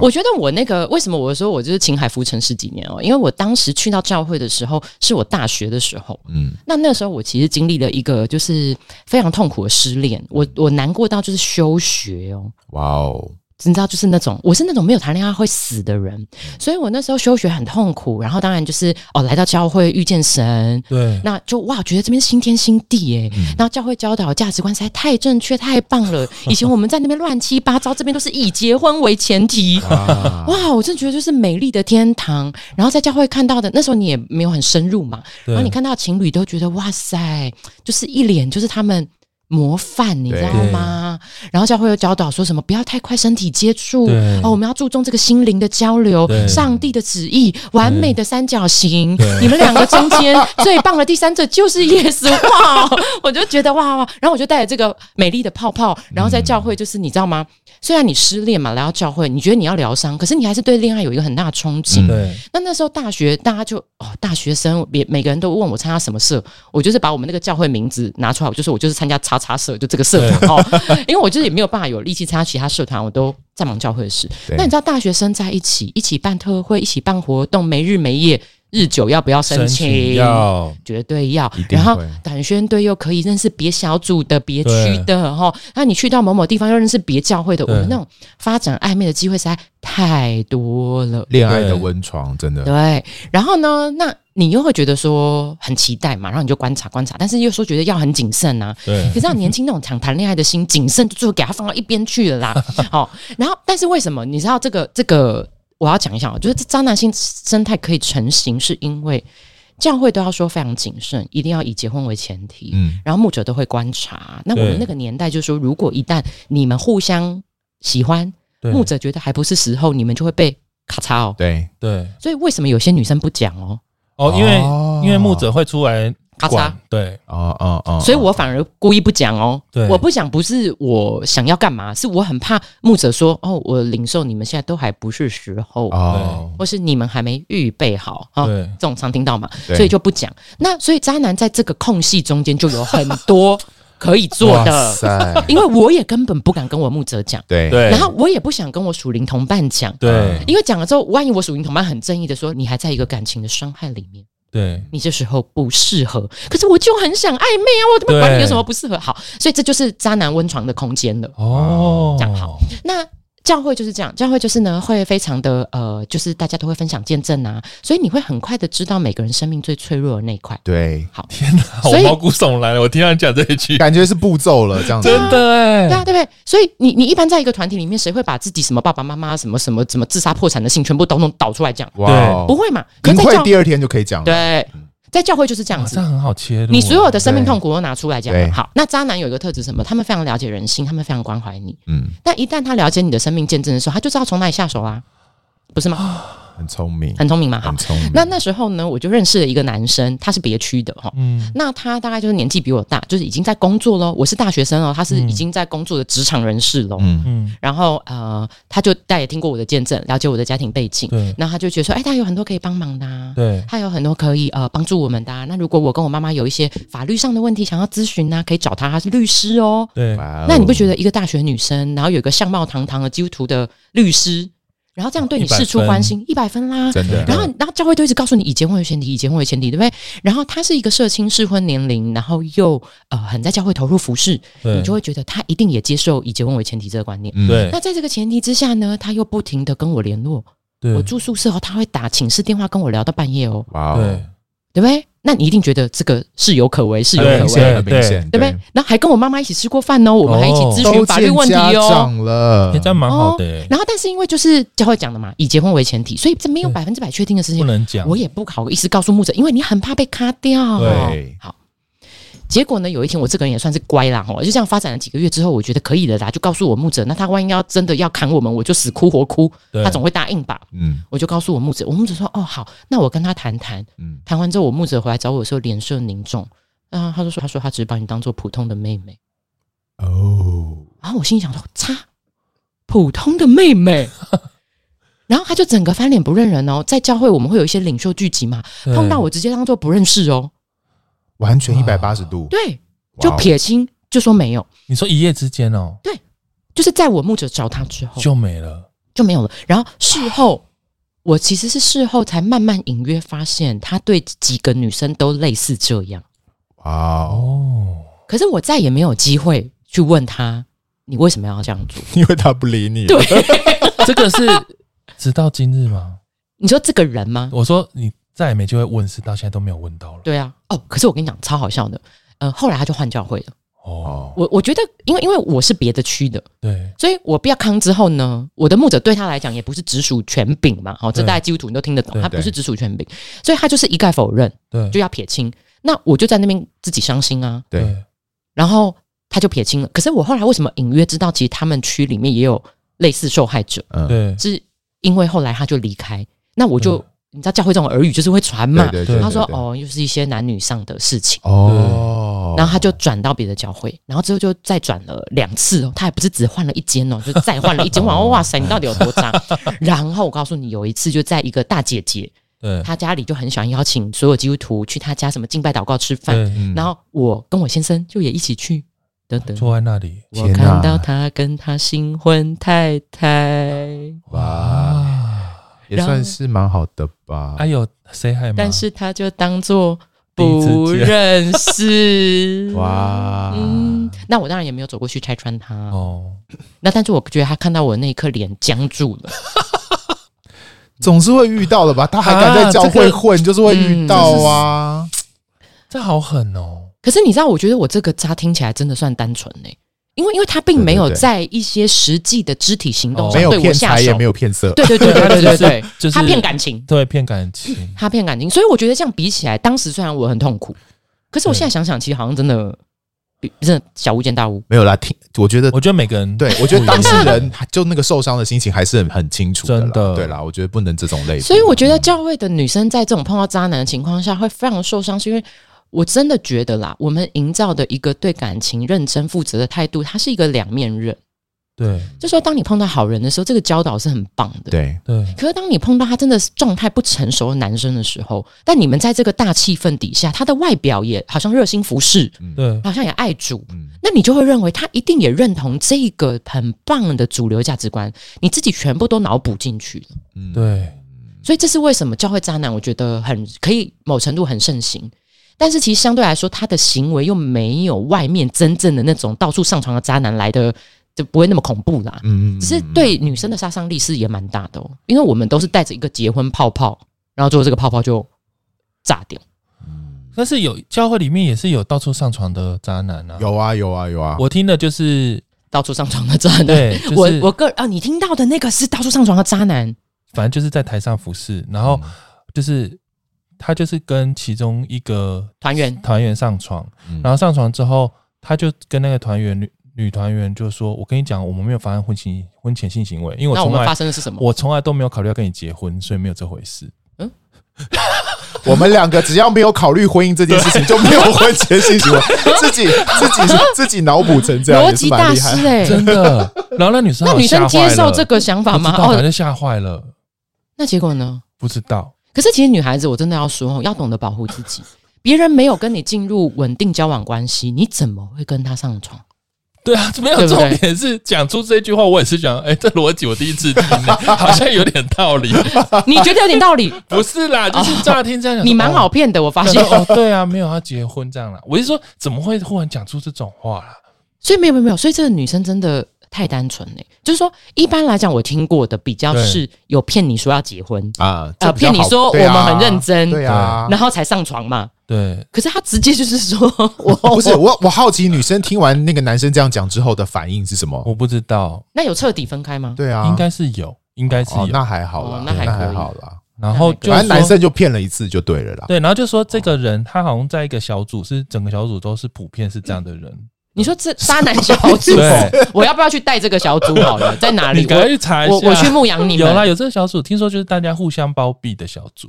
D: 我觉得我那个为什么我说我就是情海浮沉十几年哦，因为我当时去到教会的时候是我大学的时候，
C: 嗯
D: 那那时候我其实经历了一个就是非常痛苦的失恋，我我难过到就是休学哦。
C: 哇哦，
D: 你知道，就是那种我是那种没有谈恋爱会死的人，所以我那时候休学很痛苦。然后当然就是哦，来到教会遇见神，
A: 对，
D: 那就哇，觉得这边新天新地哎、然后教会教导价值观实在太正确太棒了。以前我们在那边乱七八糟，这边都是以结婚为前提。
C: 啊
D: (laughs) 哇，我真的觉得就是美丽的天堂。然后在教会看到的，那时候你也没有很深入嘛，
A: 对
D: 然后你看到情侣都觉得哇塞，就是一脸就是他们模范，你知道吗？然后教会有教导说什么不要太快身体接触
A: 对
D: 哦，我们要注重这个心灵的交流
A: 对，
D: 上帝的旨意，完美的三角形
A: 对，
D: 你们两个中间最棒的第三者就是耶稣哇！我就觉得哇哇，然后我就带着这个美丽的泡泡，然后在教会就是你知道吗？虽然你失恋嘛，来到教会，你觉得你要疗伤，可是你还是对恋爱有一个很大的憧憬。
C: 嗯
A: 对，
D: 那那时候大学，大家就哦，大学生每每个人都问我参加什么社，我就是把我们那个教会名字拿出来，我就说我就是参加叉叉社，就这个社团哦， (laughs) 因为我就是也没有办法有力气参加其他社团，我都在忙教会的事。
C: 对
D: 那你知道大学生在一起，一起办特会，一起办活动，没日没夜，日久要不要申请？
A: 要
D: 绝对要
C: 一。定
D: 然后
C: 会
D: 短宣队又可以认识别小组的、别区的哈。那你去到某某地方又认识别教会的，我
A: 对
D: 们那种发展暧昧的机会实在太多了。
C: 恋爱的温床，真的
D: 对，然后呢，那你又会觉得说很期待嘛，然后你就观察观察，但是又说觉得要很谨慎啊。
A: 对
D: 你 (laughs) 知道年轻那种想谈恋爱的心，谨慎就最后给他放到一边去
C: (laughs)
D: 了啦。哦，然后但是为什么你知道这个这个我要讲一下哦，就是这渣男性生态可以成型，是因为教会都要说非常谨慎，一定要以结婚为前提。
C: 嗯，
D: 然后牧者都会观察。那我
A: 对
D: 们那个年代就是说，如果一旦你们互相喜欢，
A: 对
D: 牧者觉得还不是时候，你们就会被咔嚓哦。
C: 对，
A: 对
D: 所以为什么有些女生不讲哦？
A: 哦，因为
C: 哦
A: 因为牧者会出来
D: 咔嚓
A: 管，，对
C: 哦哦哦，
D: 所以我反而故意不讲哦。
A: 对
D: 我不讲不是我想要干嘛，是我很怕牧者说哦，我领受你们现在都还不是时候，
C: 哦，
D: 或是你们还没预备好啊。
A: 对
D: 这种常听到嘛，
C: 对
D: 所以就不讲。那所以渣男在这个空隙中间就有很
C: (laughs)
D: 多可以做
C: 哇
D: 的，
C: (laughs) 塞
D: 因为我也根本不敢跟我牧者讲，
C: 对嗯
A: 对，
D: 然后我也不想跟我属灵同伴讲，
A: 对
D: 因为讲了之后，万一我属灵同伴很正义的说你还在一个感情的伤害里面，
A: 对
D: 你这时候不适合，可是我就很想暧昧啊，我怎么管
A: 对
D: 你有什么不适合？好，所以这就是渣男温床的空间了。
A: 哦，
D: 讲好那教会就是这样，教会就是呢，会非常的呃，就是大家都会分享见证啊，所以你会很快的知道每个人生命最脆弱的那一块。
C: 对，
A: 天哪，我
D: 所以
A: 毛骨悚然了，我听到你讲这一
C: (laughs)
A: 句，
C: 感觉是步骤了这样子，
A: 真的哎、
D: 对啊，对不对？所以你你一般在一个团体里面，谁会把自己什么爸爸妈妈什么什么什么自杀破产的信全部都弄导出来讲？
C: 哇哦，
D: 不会嘛？可
C: 淫
D: 是在
C: 秽
D: 教
C: 第二嗯天就可以讲了，
D: 对，在教会就是这样
A: 哇，
D: 子
A: 这。很好切入哦，
D: 你所有的生命
C: 对
D: 痛苦都拿出来讲嘛
C: 对
D: 好，那渣男有一个特质是什么？他们非常了解人性，他们非常关怀你。
C: 嗯，
D: 但一旦他了解你的生命见证的时候，他就知道从哪里下手啦，不是
A: 啊
D: 吗？
C: 很聪明，
D: 很聪明嘛。
A: 嗯
D: 好
C: 很，聪明，
D: 那那时候呢，我就认识了一个男生，他是别区的哈。
A: 嗯，
D: 那他大概就是年纪比我大，就是已经在工作喽。我是大学生哦，他是已经在工作的职场人士喽。
C: 嗯
A: 嗯
D: 然后呃，他就大家也听过我的见证，了解我的家庭背景，
A: 对
D: 那他就觉得说，哎，他有很多可以帮忙的、啊，
A: 对
D: 他有很多可以呃帮助我们的、啊。那如果我跟我妈妈有一些法律上的问题想要咨询呢、可以找他，他是律师哦。
A: 对
C: 哇哦
D: 那你不觉得一个大学女生，然后有一个相貌堂堂的基督徒的律师，然后这样对你
A: 100
D: 事出关心，一百分啦。
C: 真的？
D: 然后，然后教会都一直告诉你以结婚为前提，以结婚为前提，对不对？然后他是一个社青适婚年龄，然后又呃很在教会投入服饰，
A: 对，
D: 你就会觉得他一定也接受以结婚为前提这个观念。
C: 嗯
A: 对
D: 那在这个前提之下呢，他又不停的跟我联络，
A: 对
D: 我住宿舍哦，他会打寝室电话跟我聊到半夜哦，
C: 哇
A: 对
C: 哦，
D: 对不对？那你一定觉得这个是有可为，是有
C: 很
D: 可
C: 明
D: 为，
C: 显，很明显，
D: 对不对？然后还跟我妈妈一起吃过饭哦，我们还一起咨询
C: 都
D: 法律
C: 见
D: 问题
C: 家
D: 哦。
C: 长了
A: 也，这样蛮好的欸、
D: 然后，但是因为就是教会讲的嘛，以结婚为前提，所以这没有
A: 对
D: 百分之百确定的
A: 嗯
D: 事
A: 不
D: 情，
A: 能讲，
D: 我也不好意思告诉牧者，因为你很怕被卡掉。
C: 对
D: 好。结果呢？有一天，我这个人也算是乖啦，吼，就这样发展了几个月之后，我觉得可以了啦，就告诉我牧者。那他万一要真的要砍我们，我就死哭活哭，
A: 对
D: 他总会答应吧？
C: 嗯
D: 我就告诉我牧者，我牧者说：“哦，好，那我跟他谈谈。”
C: 嗯，
D: 谈完之后，我牧者回来找我的时候，脸色凝重。啊，他就说：“他说他只是把你当做普通的妹妹。
C: 哦，”
D: 然后我心里想说：“擦，普通的
C: (laughs)
D: 妹妹。”然后他就整个翻脸不认人哦。在教会我们会有一些领袖聚集嘛，
C: 嗯
A: 对
D: 碰到我直接当做不认识哦。
C: 完全一百八十度，
D: 对，
C: 哇
D: 就
C: 哦
D: 撇清，就说没有。
A: 你说一夜之间哦、
D: 就是在我牧者找他之后就
A: 就没了，
D: 没有了。然后事后，我其实是事后才慢慢隐约发现，他对几个女生都类似这样。
C: 哇哦，
A: 哦，
D: 可是我再也没有机会去问他，你为什么要这样做？
C: 因为他不理你，
D: 对，
A: 这个是直到今日吗？
D: 你说这个人吗？
A: 我说你再也没机会问世，到现在都没有问到了，
D: 对啊，哦，可是我跟你讲，超好笑的。呃，后来他就换教会了。
A: 哦，
C: 哦，
D: 我我觉得，因为因为我是别的区的，
A: 对
D: 所以我不要康之后呢，我的牧者对他来讲也不是直属权柄嘛。哦，这
A: 对
D: 大家基督徒你都听得懂
A: 对，
D: 他不是直属权柄，所以他就是一概否认，
A: 对
D: 就要撇清。那我就在那边自己伤心啊。
C: 对，
D: 然后他就撇清了。可是我后来为什么隐约知道，其实他们区里面也有类似受害者，
C: 嗯，
A: 对
D: 是因为后来他就离开，那我就、你知道教会这种耳语就是会传嘛，
C: 对对
A: 嗯对
C: 对，
D: 他说
C: 对，
D: 哦，又是一些男女上的事情。
C: 哦，
D: 然后他就转到别的教会，然后之后就再转了两次哦，他还不是只换了一间哦，就再换了
A: (laughs)
D: 一间。哇哇塞，你到底有多脏？ (laughs) 然后我告诉你，有一次就在一个大姐姐，
A: 对
D: 她家里就很喜欢邀请所有基督徒去她家什么敬拜、祷告、吃饭。
A: 对，
C: 嗯
D: 然后我跟我先生就也一起去，等等。
A: 坐在那里，
D: 我
C: 天哪
D: 看到他跟他新婚太太，
C: 哇，
A: 啊，
C: 也
D: 然后
C: 算是蛮好的吧。
A: 哎。呦，say hi 吗？
D: 但是他就当做
A: 第一次见
D: 不认识
A: (laughs)
C: 哇，
D: 嗯，那我当然也没有走过去拆穿他。
A: 哦，
D: 那但是我觉得他看到我那一刻脸僵住了，
C: 总是会遇到的吧？他还敢在教会混，就是会遇到啊。
A: 这好狠哦，
D: 可是你知道，我觉得我这个渣听起来真的算单纯呢、因为因为他并没有
C: 对对对
D: 在一些实际的肢体行动
A: 哦
D: 上
C: 没有
D: 对我
C: 骗
D: 下
C: 财，也
D: 手，
C: 没有骗色。
D: 嗯对对对对对对对，
A: 就是
D: 他骗感情，
A: 对，骗感情，
D: 他骗感情，所以我觉得这样比起来，当时虽然我很痛苦，可是我
A: 对
D: 现在想想，其实好像真的比真的小巫见大巫。
C: 没有啦，听，我觉得，
A: 我觉得每个人
C: 对我觉得当事人就那个受伤的心情还是很很清楚啦
A: 真的
C: 对啦，我觉得不能这种类比。
D: 所以我觉得教会的女生在这种碰到渣男的情况下会非常受伤，是因为我真的觉得啦，我们营造的一个对感情认真负责的态度，它是一个两面刃。
A: 对
D: 就说当你碰到好人的时候，这个教导是很棒的。。
C: 对，
A: 对
D: 可是当你碰到他真的是状态不成熟的男生的时候，但你们在这个大气氛底下，他的外表也好像热心服侍，
A: 对
D: 好像也爱主，
C: 嗯，
D: 那你就会认为他一定也认同这个很棒的主流价值观，你自己全部都脑补进去了。
C: 嗯，
A: 对，
D: 所以这是为什么教会渣男，我觉得很可以某程度很盛行，但是其实相对来说，他的行为又没有外面真正的那种到处上床的渣男来的就不会那么恐怖啦。
C: 嗯，嗯
D: 只是对女生的杀伤力是也蛮大的哦，因为我们都是带着一个结婚泡泡，然后最后这个泡泡就炸掉。
A: 但是有教会里面也是有到处上床的渣男啊，
C: 有啊有啊有啊，
A: 我听的就是
D: 到处上床的渣男，
A: 对，就是
D: (laughs) 我我个啊，你听到的那个是到处上床的渣男，
A: 反正就是在台上服侍，然后就是他就是跟其中一个
D: 团员
A: 团员上床，
C: 嗯
A: 然后上床之后，他就跟那个团员女女团员就说：“我跟你讲，我们没有发生婚前婚前性行为，因为我
D: 那我
A: 从
D: 们
A: 来
D: 发生的是什么？
A: 我从来都没有考虑要跟你结婚，所以没有这回事。
C: 我们两个只要没有考虑婚姻这件事情，就没有婚前性行为，
D: (laughs)
C: 自己自己自己脑补成这样，
D: 逻
C: 也是
D: 辑
C: 蛮
D: 大
C: 厉害
D: 师
C: 的。
D: 哎、
A: 真的。”然后那女生
D: 那
A: 好像
D: 女
A: 吓坏
D: 生
A: 了
D: 接受这个想法
A: 不知
D: 吗？
A: 道，反
D: 哦，
A: 正吓坏了，
D: 那结果呢？
A: 不知道。
D: 可是其实女孩子，我真的要说哦，要懂得保护自己。别人没有跟你进入稳定交往关系，你怎么会跟他上床？
A: 对啊，没有
D: (laughs) 对不
A: 重
D: 对
A: 点是讲出这句话，我也是想，哎、这逻辑我第一次听、欸好像有点道理。
D: 你觉得有点道理，
A: (laughs) 不是啦，就是乍听这样讲说，
D: 你蛮
A: 哦
D: 好骗的，我发现
A: 想。说 (laughs) 哦，对啊，没有要结婚这样啦。我是说，怎么会忽然讲出这种话啦？
D: 所以没有没有没有，所以这个女生真的太单纯嘞、就是说，一般来讲，我听过的比较
A: 对
D: 是有骗你说要结婚，
C: 啊
D: 呃
C: 这比较
D: 骗你
C: 好
D: 说
C: 对啊
D: 我们很认真
C: 对啊。
D: 然后才上床嘛。
A: 对，
D: 可是她直接就是说
A: (laughs)
D: 哦我
C: (laughs) 不是我，我好奇女生听完那个男生这样讲之后的反应是什么？
A: 我不知道，
D: 那有彻底分开吗？
C: 对啊，
A: 应该是有，应该是
C: 哦，
A: 有。
C: 那还好啦
D: 哦，
C: 那
D: 那还可以
C: 好啦。
A: 然后就
C: 反正男
A: 说
C: 生就骗了一次就对了啦。
A: 对，然后就说这个人他好像在一个小组，是整个小组都是普遍是这样的人。
D: 你说这渣男小组
A: 对，
D: (laughs) 我要不要去带这个小组
A: (laughs)
D: 好了？在哪
A: 你
D: 里？
A: 赶快
D: 我
A: 去查一下。
D: 啊我我去牧羊你
A: 有啦，
D: 们。
A: 有这个小组，听说就是大家互相包庇的小组。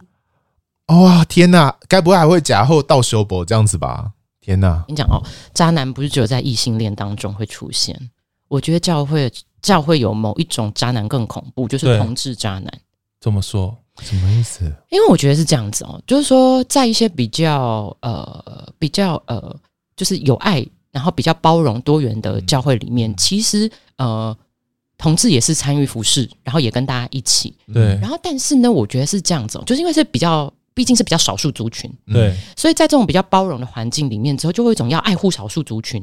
C: 哇，哦天哪，该不会还会假后到修博这样子吧？天哪，
D: 你讲哦，渣男不是只有在异性恋当中会出现，我觉得教会教会有某一种渣男更恐怖，就是
A: 对
D: 同志渣男。
A: 这么说？
C: 什么意思？
D: 因为我觉得是这样子哦，就是说在一些比较呃比较呃就是有爱，然后比较包容多元的教会里
C: 嗯
D: 面，其实呃同志也是参与服饰，然后也跟大家一起。
C: 嗯
A: 对
D: 然后但是呢，我觉得是这样子、哦，就是因为是比较毕竟是比较少数族群，
C: 嗯
A: 对，
D: 所以在这种比较包容的环境里面之后，就会有一种要爱护少数族群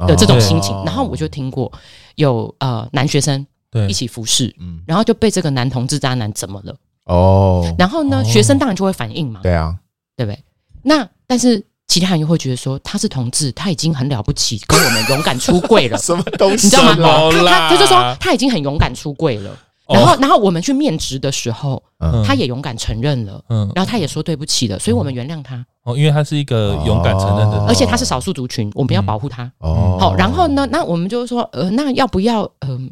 C: 嗯
D: 的这种
A: 哦
D: 心情。然后我就听过有呃男学生
A: 对
D: 一，起服侍，
C: 嗯
D: 然后就被这个男同志渣男怎么了？
C: 哦，
D: 然后呢，
A: 哦
D: 学生当然就会反应嘛。
C: 对啊，，
D: 对不对？那但是其他人又会觉得说他是同志，他已经很了不起，跟我们勇敢出柜
A: (laughs)
D: 了
C: 什么东
D: 啊你知道吗？
A: 什么
D: 他
A: 啦
D: 他他就说他已经很勇敢出柜了，然后、然后我们去面质的时候，
A: 哦
D: 他也勇敢承认了，
A: 嗯
D: 然后他也说对不起了，所以我们原谅他。
A: 哦，因为他是一个勇敢承认的人，
D: 哦而且他是少数族群，我们要保护他。
C: 哦，
D: 好，然后呢，那我们就说，呃，那要不要，嗯、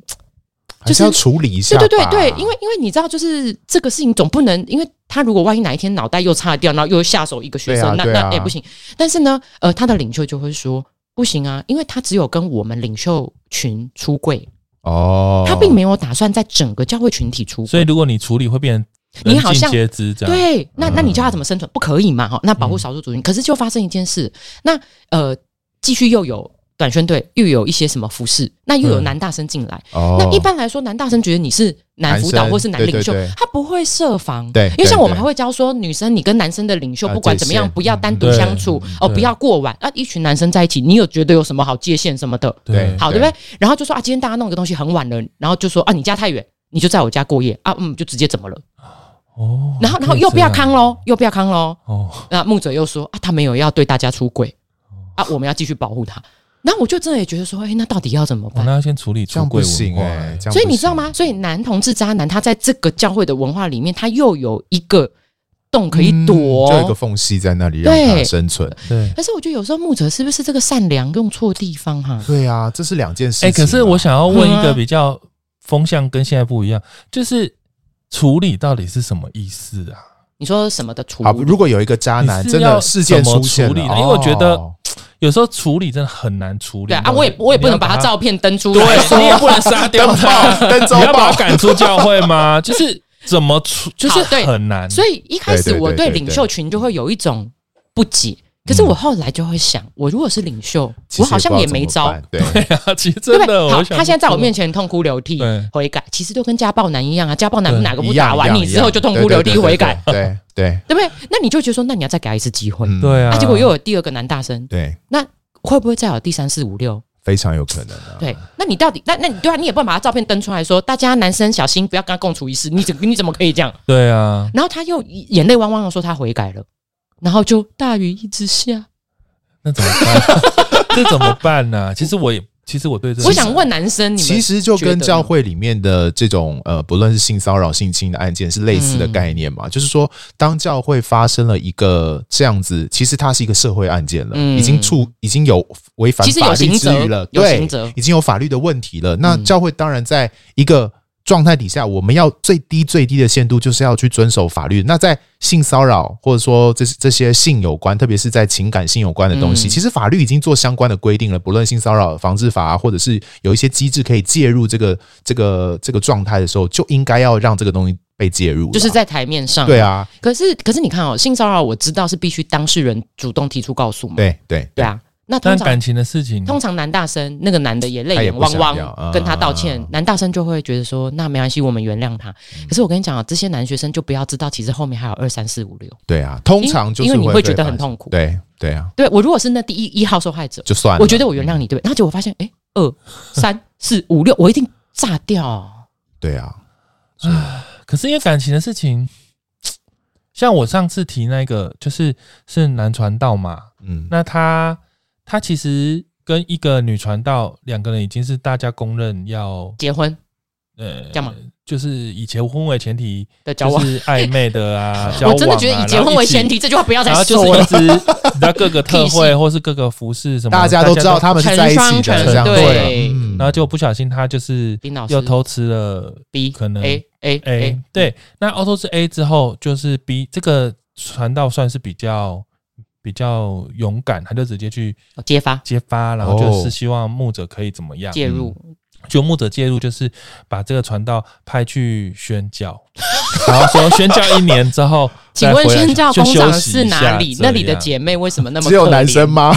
C: 还是要处理一下
D: 对
C: 吧，
D: 对对对，因为因为你知道，就是这个事情总不能，因为他如果万一哪一天脑袋又差掉，然后又下手一个学生，
C: 对啊
D: 那
C: 对啊
D: 那哎也不行。但是呢，呃，他的领袖就会说。不行啊，因为他只有跟我们领袖群出柜，
C: 哦，
D: 他并没有打算在整个教会群体出柜。
A: 所以如果你处理会变成
D: 你
A: 人
D: 好
A: 尽
D: 像
A: 皆知这样。
C: 嗯
D: 对，啊那那你叫他怎么生存？不可以嘛，哈。那保护少数族群，可是就发生一件事，那呃，继续又有短宣队，又有一些什么服饰，那又有
A: 嗯
D: 男大生进来。
C: 哦，
D: 那一般来说，男大生觉得你是男辅导
C: 男生
D: 或是男领袖
C: 对对对，
D: 他不会设防。
C: 对
D: 因为像
C: 对
D: 我们
C: 对
D: 还会教说，女生你跟男生的领袖
C: 啊
D: 不管怎么样
C: 界，限嗯
D: 不要单独
A: 对
D: 相处哦，
A: 对
D: 不要过晚啊，一群男生在一起，你有觉得有什么好界限什么的？
C: 对
D: 好，对不对？然后就说啊，今天大家弄个东西很晚了，然后就说啊，你家太远，你就在我家过夜啊，嗯，就直接怎么了？
A: 哦，
D: 然后，然后
A: 可以
D: 又不要
A: 这样
D: 康喽，又不要康喽。
A: 哦，
D: 那木者又说啊，他没有要对大家出轨啊，我们要继续保护他。那我就真的也觉得说，哎、那到底要怎么
A: 我
D: 办？
A: 那要先处理
C: 这
A: 出
C: 样不
A: 轨
C: 行
A: 文化
C: 哎
A: 欸，，
C: 这样
D: 所以
C: 不
D: 你知道
C: 行？
D: 吗？所以男同志渣男他在这个教会的文化里面，他又有一个洞可以躲。哦
C: 嗯就有一个缝隙在那里让
D: 对
C: 它生存。
A: 对。
D: 可是我觉得有时候牧者是不是这个善良用错地方哈、
C: 对啊，这是两件事情
A: 哎、
C: 啊。
A: 可是我想要问一
D: 嗯
A: 个
D: 啊
A: 比较风向跟现在不一样，就是处理到底是什么意思啊？
D: 你说什么的处
C: 好，如果有一个渣男
A: 你是
C: 真
A: 要
C: 的事件
A: 怎么
C: 出现
A: 处理
C: 了，
A: 呢因为我觉得
C: 哦
A: 有时候处理真的很难处理。
D: 对啊，
A: 你要
D: 我也我也不能把他
A: 你要
D: 照片登
A: (laughs)
D: 出来，
A: 对，你也
D: (laughs)
A: 不能 (laughs) 杀掉他，
C: 登
A: 你
C: 周
A: 要把
C: 报
A: 他赶出教会吗？ (laughs) 就是怎么处，就是
D: 好对
A: 很难。啊
D: 所以一开
C: 对
D: 始
C: 对
D: 我
C: 对
D: 对
C: 对
D: 领
C: 对
D: 袖群就会有一种不解，可是我后来就会想，我如果是领袖，
C: 其实
D: 我好像也没
C: 不
D: 招
C: 知道，怎么办。
D: (laughs)
C: 对，
A: 以 (laughs) 其实
D: 对
A: 真
D: 不对
A: 的，？
D: 好，
A: 我想
D: 他现在在我
A: 不
D: 面前痛哭流涕
A: 对
D: 悔改，其实就跟家暴男一样啊，家暴男
A: 对
D: 哪个不
C: 一
D: 打
C: 样
D: 完你之后就痛哭流涕悔改，，
C: 一样对对
D: 对不对？那你就觉得说，那你要再给他一次机会，
C: 对对对对对，
A: (laughs) 对
C: 嗯
A: 啊，
D: 啊，结果又有第二个男大生，
C: 对，
D: 会不会再有第三四五六？
C: 非常有可能啊。
D: 对，那你到底那那你对啊，你也不能把他照片登出来说，大家男生小心不要跟他共处一室，你怎你怎么可以这样？
A: 对啊，
D: 然后他又眼泪汪汪的说他悔改了，然后就大雨一直下。
A: 那怎么办？ (laughs) 这怎么办呢、其实我也，其实我对这个
D: 我想问男生，你们
C: 其实就
D: 觉得
C: 跟
D: 呢
C: 教会里面的这种呃，不论是性骚扰、性侵的案件是类似的概念
D: 嗯
C: 嘛，就是说，当教会发生了一个这样子，其实它是一个社会案件了，
D: 嗯
C: 已经触已经有违反
D: 其实有
C: 法律
D: 刑
C: 之
D: 责
C: 余了，
D: 有
C: 对
D: 刑责，
C: 已经有法律的问题了。那
D: 嗯
C: 教会当然在一个状态底下，我们要最低最低的限度就是要去遵守法律。那在性骚扰或者说这这些性有关，特别是在情感性有关的东西，
D: 嗯
C: 其实法律已经做相关的规定了，不论性骚扰防治法、啊，或者是有一些机制可以介入这个这个这个状态的时候，就应该要让这个东西被介入啦，
D: 就是在台面上，
C: 对啊，
D: 可是可是你看哦，性骚扰我知道是必须当事人主动提出告诉嘛，
C: 对对
D: 对啊。那通
A: 但
D: 常
A: 感情的事情，
D: 通常男大生那个男的也泪
C: 他也
D: 眼
C: 不
D: 汪
C: 想要
D: 汪
C: 啊嗯
D: 跟他道歉，男大生就会觉得说那没关系，我们原谅他。可是我跟你讲啊，这些男学生就不要知道，其实后面还有二三四五六，
C: 对啊，通常就是
D: 因为因为你会
C: 会
D: 觉得
C: 发
D: 很
C: 生，
D: 痛苦。
C: 对对啊，
D: 对我如果是那第一一号受害者，
C: 就算了，嗯
D: 我觉得我原谅你，对不对？然后结果我发现，哎，二、三、四、五、六，我一定炸掉。
C: 对啊，
A: 可是因为感情的事情，像我上次提那个，就是是男传道嘛，
C: 嗯，
A: 那他他其实跟一个女传道两个人已经是大家公认要
D: 结婚
A: 呃
D: 干嘛？
A: 就是以结婚为前提，
D: 的交
A: 就
D: 往，
A: 是暧昧的
D: (laughs)
A: 啊，交往
D: 我
A: 啊
D: 真的觉得以结婚为前，提，这句话不要再
A: 然后一起
D: 说
A: 然
D: 了。
A: 后就是一直 (laughs) 你知道各个特
D: (laughs)
A: 会或是各个服饰什么，
C: 大家都知道他们是在一起的，
D: 成双成
C: 这样
D: 对
C: 嗯
A: 然后就不小心他就是
D: 林老师
A: 又偷吃了
D: B
A: 可能
D: A A
A: A，
D: A，嗯
A: 对，那凹透是 A 之后就是 B，这个传道算是比较比较勇敢，他就直接去
D: 哦揭发
A: 揭发，然后
C: 哦
A: 就是希望牧者可以怎么样，
D: 介入，
A: 就牧者介入，就是把这个传道派去宣
D: (laughs)
A: 教，然后说宣教一年之后，
D: 请问
A: 再回来
D: 宣教
A: 就
D: 工
A: 休
D: 厂
A: 息
D: 是
A: 一下
D: 哪里？
A: 这
D: 那里的
A: 样
D: 姐妹为什么那么
C: 只有
D: 可
C: 男
D: 怜
C: 生？吗？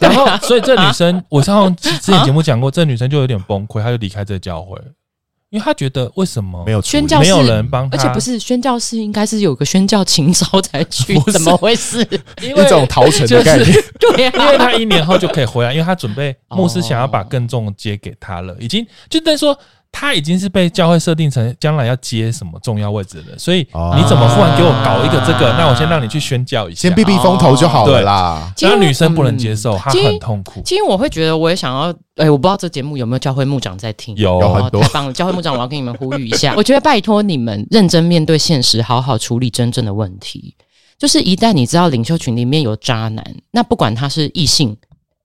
A: 然后，所以这女生，我上之前节目讲过，这女生就有点崩溃，她就离开这个教会，因为她觉得为什么
C: 没有
D: 宣教
A: 没有
D: 士
A: 人帮她，
D: 而且不是宣教士，应该是有个宣教情操才去
A: 不，是啊
D: 怎么回
A: (laughs)
D: 事？
A: 因为
C: 一种逃城
A: 就 (laughs)
C: 的概念，
A: 是。
D: (laughs) 对 (laughs) 啊呀、
A: 因为她一年后就可以回啊来，因为她准备
D: 哦
A: 牧师想要把更重的接给她了，已经就等于说她已经是被教会设定成将来要接什么重要位置了，所以
C: 哦
A: 你怎么忽然给我搞一个这个？
D: 啊
A: 那我先让你去宣教一下，
C: 先避避风头就好了啦。
D: 其实
A: 然后女生不能
D: 嗯
A: 接受，她
D: 其实
A: 很痛苦。
D: 其实我会觉得，我也想要，哎、我不知道这节目有没有教会牧长在听。
A: 有
C: 有
D: 哦
C: 很多
D: 太棒了！教会牧长，我要跟你们呼吁一下，我觉得拜托你们认真面对现实，好好处理真正的问题。就是一旦你知道领袖群里面有渣男，那不管他是异性、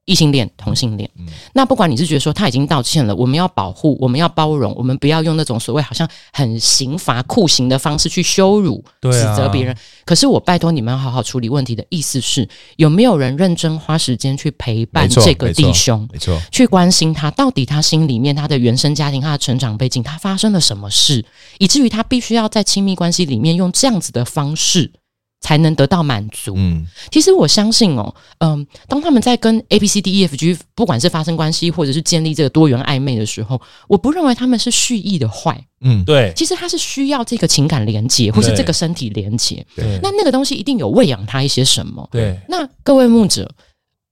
D: 异性恋、同性恋，
C: 嗯
D: 那不管你是觉得说他已经道歉了，我们要保护，我们要包容，我们不要用那种所谓好像很刑罚酷刑的方式去羞辱、
A: 对啊
D: 指责别人。可是我拜托你们要好好处理问题的意思是，有没有人认真花时间去陪伴
C: 没错
D: 这个
C: 没错
D: 弟兄？
C: 没错，
D: 去关心他，到底他心里面、他的原生家庭、他的成长背景，他发生了什么事，以至于他必须要在亲密关系里面用这样子的方式才能得到满足。
C: 嗯，
D: 其实我相信哦，嗯，当他们在跟 A、B、C、D、E、F、G，不管是发生关系或者是建立这个多元暧昧的时候，我不认为他们是蓄意的坏，
C: 嗯，
A: 对
D: 其实他是需要这个情感连接或是
A: 对
D: 这个身体连接，
A: 对
D: 那那个东西一定有喂养他一些什么。
A: 对
D: 那各位牧者，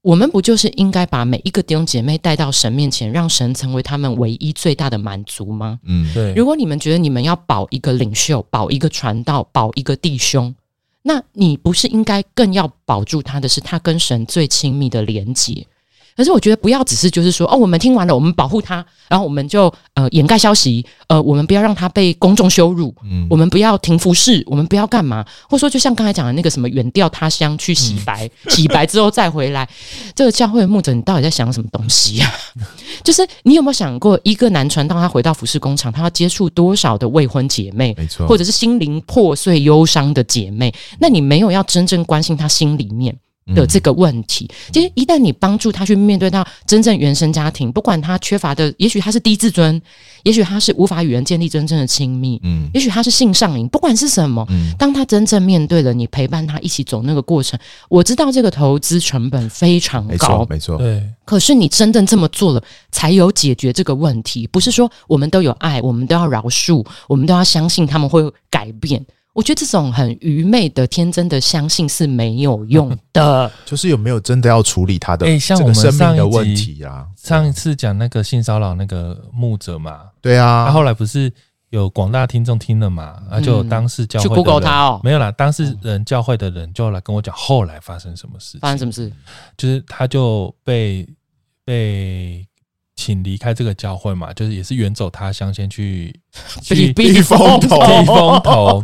D: 我们不就是应该把每一个弟兄姐妹带到神面前，让神成为他们唯一最大的满足吗？
C: 嗯，
A: 对，
D: 如果你们觉得你们要保一个领袖、保一个传道、保一个弟兄，那你不是应该更要保住他的是他跟神最亲密的连接？可是我觉得不要只是就是说哦，我们听完了，我们保护他，然后我们就呃掩盖消息，呃，我们不要让他被公众羞辱，
C: 嗯
D: 我们不要停服饰，我们不要干嘛，或者说就像刚才讲的那个什么远调他乡去洗白， (laughs) 洗白之后再回来，这个教会的牧者你到底在想什么东西呀、 (laughs) 就是你有没有想过，一个男传道他回到服饰工厂，他要接触多少的未婚姐妹，
C: 没错，
D: 或者是心灵破碎忧伤的姐妹？那你没有要真正关心他心里面。
C: 嗯
D: 的这个问题。其实一旦你帮助他去面对到真正原生家庭，不管他缺乏的，也许他是低自尊，也许他是无法与人建立真正的亲密，
C: 嗯，
D: 也许他是性上瘾，不管是什么。
C: 嗯
D: 当他真正面对了你陪伴他一起走那个过程，我知道这个投资成本非常
C: 嗯，没
D: 高
C: 错，，没错，
A: 对
D: 可是你真正这么做了，才有解决这个问题。不是说我们都有爱，我们都要饶恕，我们都要相信他们会改变。我觉得这种很愚昧的、天真的相信是没有用的。
A: (laughs)
C: 就是有没有真的要处理他的
A: 哎像
C: 这
A: 我
C: 个
A: 们
C: 生
A: 上
C: 命
A: 一
C: 的问
A: 集
C: 题啊？
A: 上一次讲那个性骚扰那个牧者嘛，
C: 对
A: 他、
C: 啊，
A: 后来不是有广大听众听了
C: 嗯
A: 嘛，啊，就有当事教会的
D: 去 Google
A: 人
D: 他哦
A: 没有啦，当事人教会的人就来跟我讲后来发生什么事情，
D: 发生什么事？
A: 就是他就被被请离开这个教会嘛，就是也是远走他乡，先
D: (laughs)
A: 去去
D: 避避风
C: 头
A: 避风头。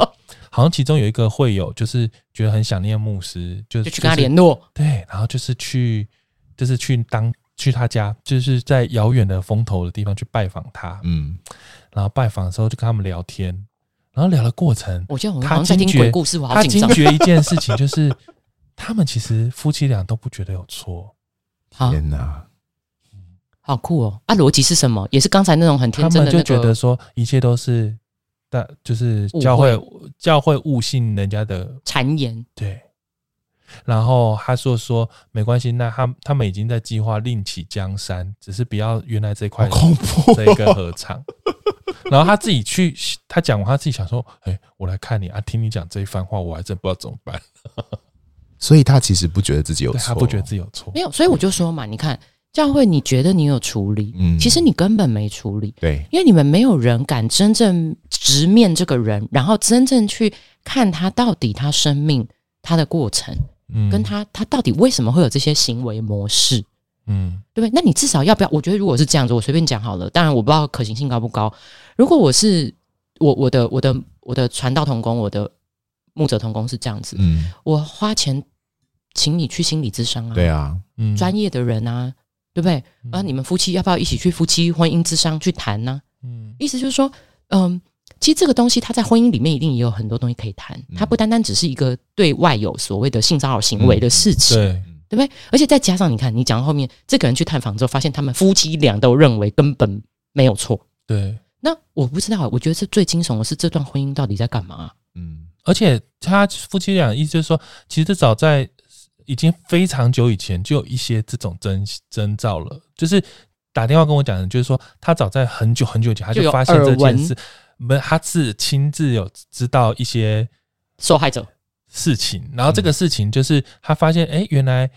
A: 好像其中有一个会友，就是觉得很想念牧师，就
D: 就去跟他
A: 就是
D: 联络，
A: 对，然后就是去，就是去当去他家，就是在遥远的风头的地方去拜访他，
C: 嗯，
A: 然后拜访的时候就跟他们聊天，然后聊的过程，
D: 我觉得我好
A: 他
D: 像在
A: 惊
D: 听
A: 觉
D: 鬼故事，我好
A: 他
D: 紧
A: 惊
D: 张。
A: 觉一件事情，就是他们其实夫妻俩都不觉得有错，
D: 好
C: 天
A: 啊
C: 哪，
D: 好酷哦！啊，逻辑是什么？也是刚才那种很
A: 他
D: 天真
A: 们
D: 的
A: 就
D: 那
A: 觉得
D: 个。
A: 说一切都是大，就是
D: 误
A: 教会教会误信人家的
D: 谗言，
A: 对。然后他说说没关系，那他他们已经在计划另起江山，只是不要原来这
C: 好
A: 块
C: 恐怖
A: 这一个
C: 哦！
A: 合唱。 (laughs) 然后他自己去，他讲完他自己想说，哎、我来看你啊，听你讲这一番话，我还真不知道怎么办。
C: 所以他其实不觉得自己有
A: 对
C: 错，
A: 他不觉得自己有错
D: 没，有，所以我就说嘛，你看教会，你觉得你有处理，
C: 嗯
D: 其实你根本没处理。
C: 对，
D: 因为你们没有人敢真正直面这个人，然后真正去看他到底他生命他的过程，
A: 嗯
D: 跟他他到底为什么会有这些行为模式，
A: 嗯
D: 对不对？那你至少要不要？我觉得如果是这样子，我随便讲好了。当然我不知道可行性高不高。如果我是我我的我的我的传道同工，我的牧者同工是这样子，
C: 嗯，
D: 我花钱请你去心理咨商啊，
C: 对啊，
A: 嗯
D: 专业的人啊，对不对？
A: 嗯
D: 啊，你们夫妻要不要一起去夫妻婚姻咨商去谈啊呢、
A: 嗯
D: 意思就是说，嗯，其实这个东西它在婚姻里面一定也有很多东西可以谈，
A: 嗯
D: 它不单单只是一个对外有所谓的性骚扰行为的事
A: 嗯
D: 情，
A: 对
D: 对不对？而且再加上你看，你讲到后面，这个人去探访之后，发现他们夫妻俩都认为根本没有错。
A: 对，
D: 那我不知道，我觉得这最惊悚的是这段婚姻到底在干嘛、啊
C: 嗯，
A: 而且他夫妻俩意思就是说，其实早在已经非常久以前就有一些这种征征兆了，就是打电话跟我讲的，就是说他早在很久很久以前他
D: 就有
A: 就发现这
D: 耳
A: 件
D: 闻
A: 事，没他是亲自有知道一些
D: 受害者
A: 事情，然后
D: 嗯
A: 这个事情就是他发现，哎、原来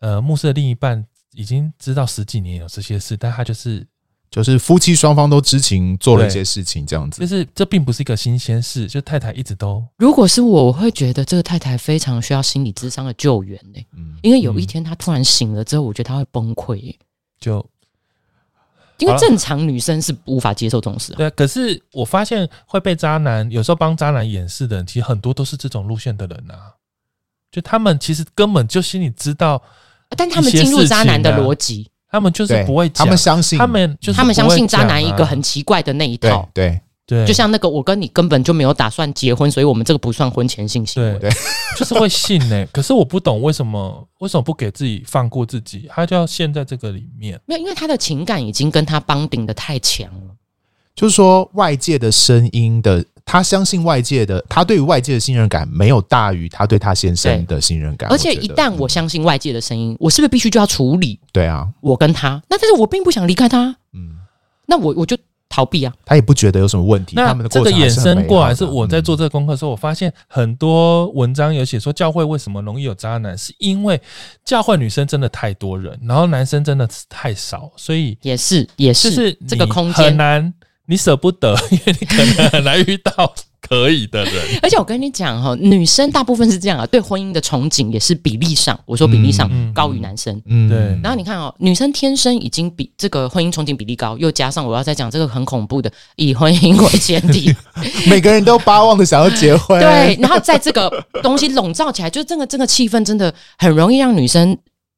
A: 呃牧师的另一半已经知道十几年有这些事，但他就是
C: 就是夫妻双方都知情做了一
A: 对
C: 些事情，这样子
A: 就，是这并不是一个新鲜事，就太太一直都
D: 如果是我，我会觉得这个太太非常需要心理智商的救援呢、
C: 嗯，
D: 因为有一
A: 嗯
D: 天她突然醒了之后，我觉得她会崩溃耶、
A: 就
D: 因为
A: 好了
D: 正常女生是无法接受这种事啊、
A: 对啊。可是我发现会被渣男有时候帮渣男掩饰的人，其实很多都是这种路线的人啊。就他们其实根本就心里知道，
D: 但他
A: 啊
D: 们进入渣男的逻辑，
A: 他们就是
C: 对，
A: 不会
C: 他
A: 讲，
C: 们相信，
A: 他们就是
D: 他们相信
A: 不会
D: 渣
A: 讲啊
D: 男一个很奇怪的那一
C: 对
D: 套，
C: 对
A: 对，
D: 就像那个我跟你根本就没有打算结婚，所以我们这个不算婚前性行
A: 对
D: 为。
C: 对
A: (laughs) 就是会信呢、可是我不懂为什么为什么不给自己放过自己，他就要陷在这个里面。
D: 没有，因为他的情感已经跟他帮顶的太强了。
C: 就是说外界的声音的，他相信外界的，他对于外界的信任感没有大于他对他先生的信任感。
D: 而且
C: 我觉得
D: 一旦我相信外界的声音，我是不是必须就要处理
C: 对啊，
D: 我跟他？那但是我并不想离开他，
C: 嗯，
D: 那我我就逃避啊。
C: 他也不觉得有什么问题。
A: 那
C: 他们的
A: 这
C: 过
A: 个
C: 程还
A: 衍
C: 是很美好的
A: 生过来是我在做
C: 嗯
A: 这个功课的时候，我发现很多文章有写说教会为什么容易有渣男，是因为教会女生真的太多人，然后男生真的太少，所以
D: 也是，也，
A: 就是是
D: 这个
A: 你
D: 空
A: 很
D: 间。
A: 难，你舍不得，因为你可能很难遇到可以的
C: (laughs)
A: 人。
D: 而且我跟你讲哈、哦，女生大部分是这样啊，对婚姻的憧憬也是比例上，我说比例上
A: 嗯嗯
D: 高于男生。
C: 嗯
A: 对
D: 然后你看哦，女生天生已经比这个婚姻憧憬比例高，又加上我要再讲这个很恐怖的以婚姻为前
C: (laughs)
D: 提，
C: 每个人都巴望的想要结婚。
D: 对，然后在这个东西笼罩起来，就这个这个气氛真的很容易让女生，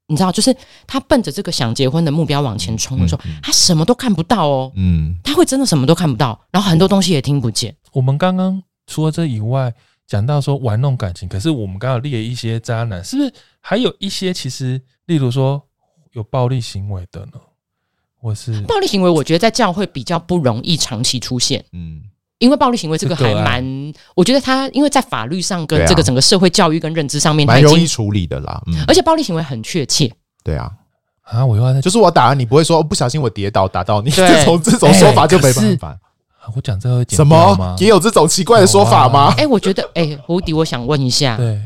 D: 你知道，就是她奔着这个想结婚的目标往前冲的时候，她什么都看不到哦，
C: 嗯，
D: 她会真的什么都看不到，然后很多东西也听不见。
A: 我们刚刚除了这以外，讲到说玩弄感情，可是我们刚刚有列一些渣男，是不是还有一些其实，例如说有暴力行为的呢？或是
D: 暴力行为，我觉得在教会比较不容易长期出现。
C: 嗯
D: 因为暴力行为这个
A: 这个
D: 还
A: 啊
D: 蛮，我觉得他因为在法律上
C: 对
D: 跟
C: 啊
D: 这个整个社会教育跟认知上面，他
C: 蛮
D: 已
C: 容易
D: 经，
C: 处理的啦。嗯，
D: 而且暴力行为很确
A: (laughs)
D: 切，
C: 对啊，
A: 啊，我又要在
C: 就是我打了你，不会说哦不小心我跌倒打到你，
D: 对
C: 这种这种说法就没
A: 哎可是
C: 办法。
A: 啊我讲这个会剪
C: 什
A: 掉吗
C: 么？也有这种奇怪的说法吗？
D: 哎、我觉得，哎、胡迪，我想问一下，
A: 对，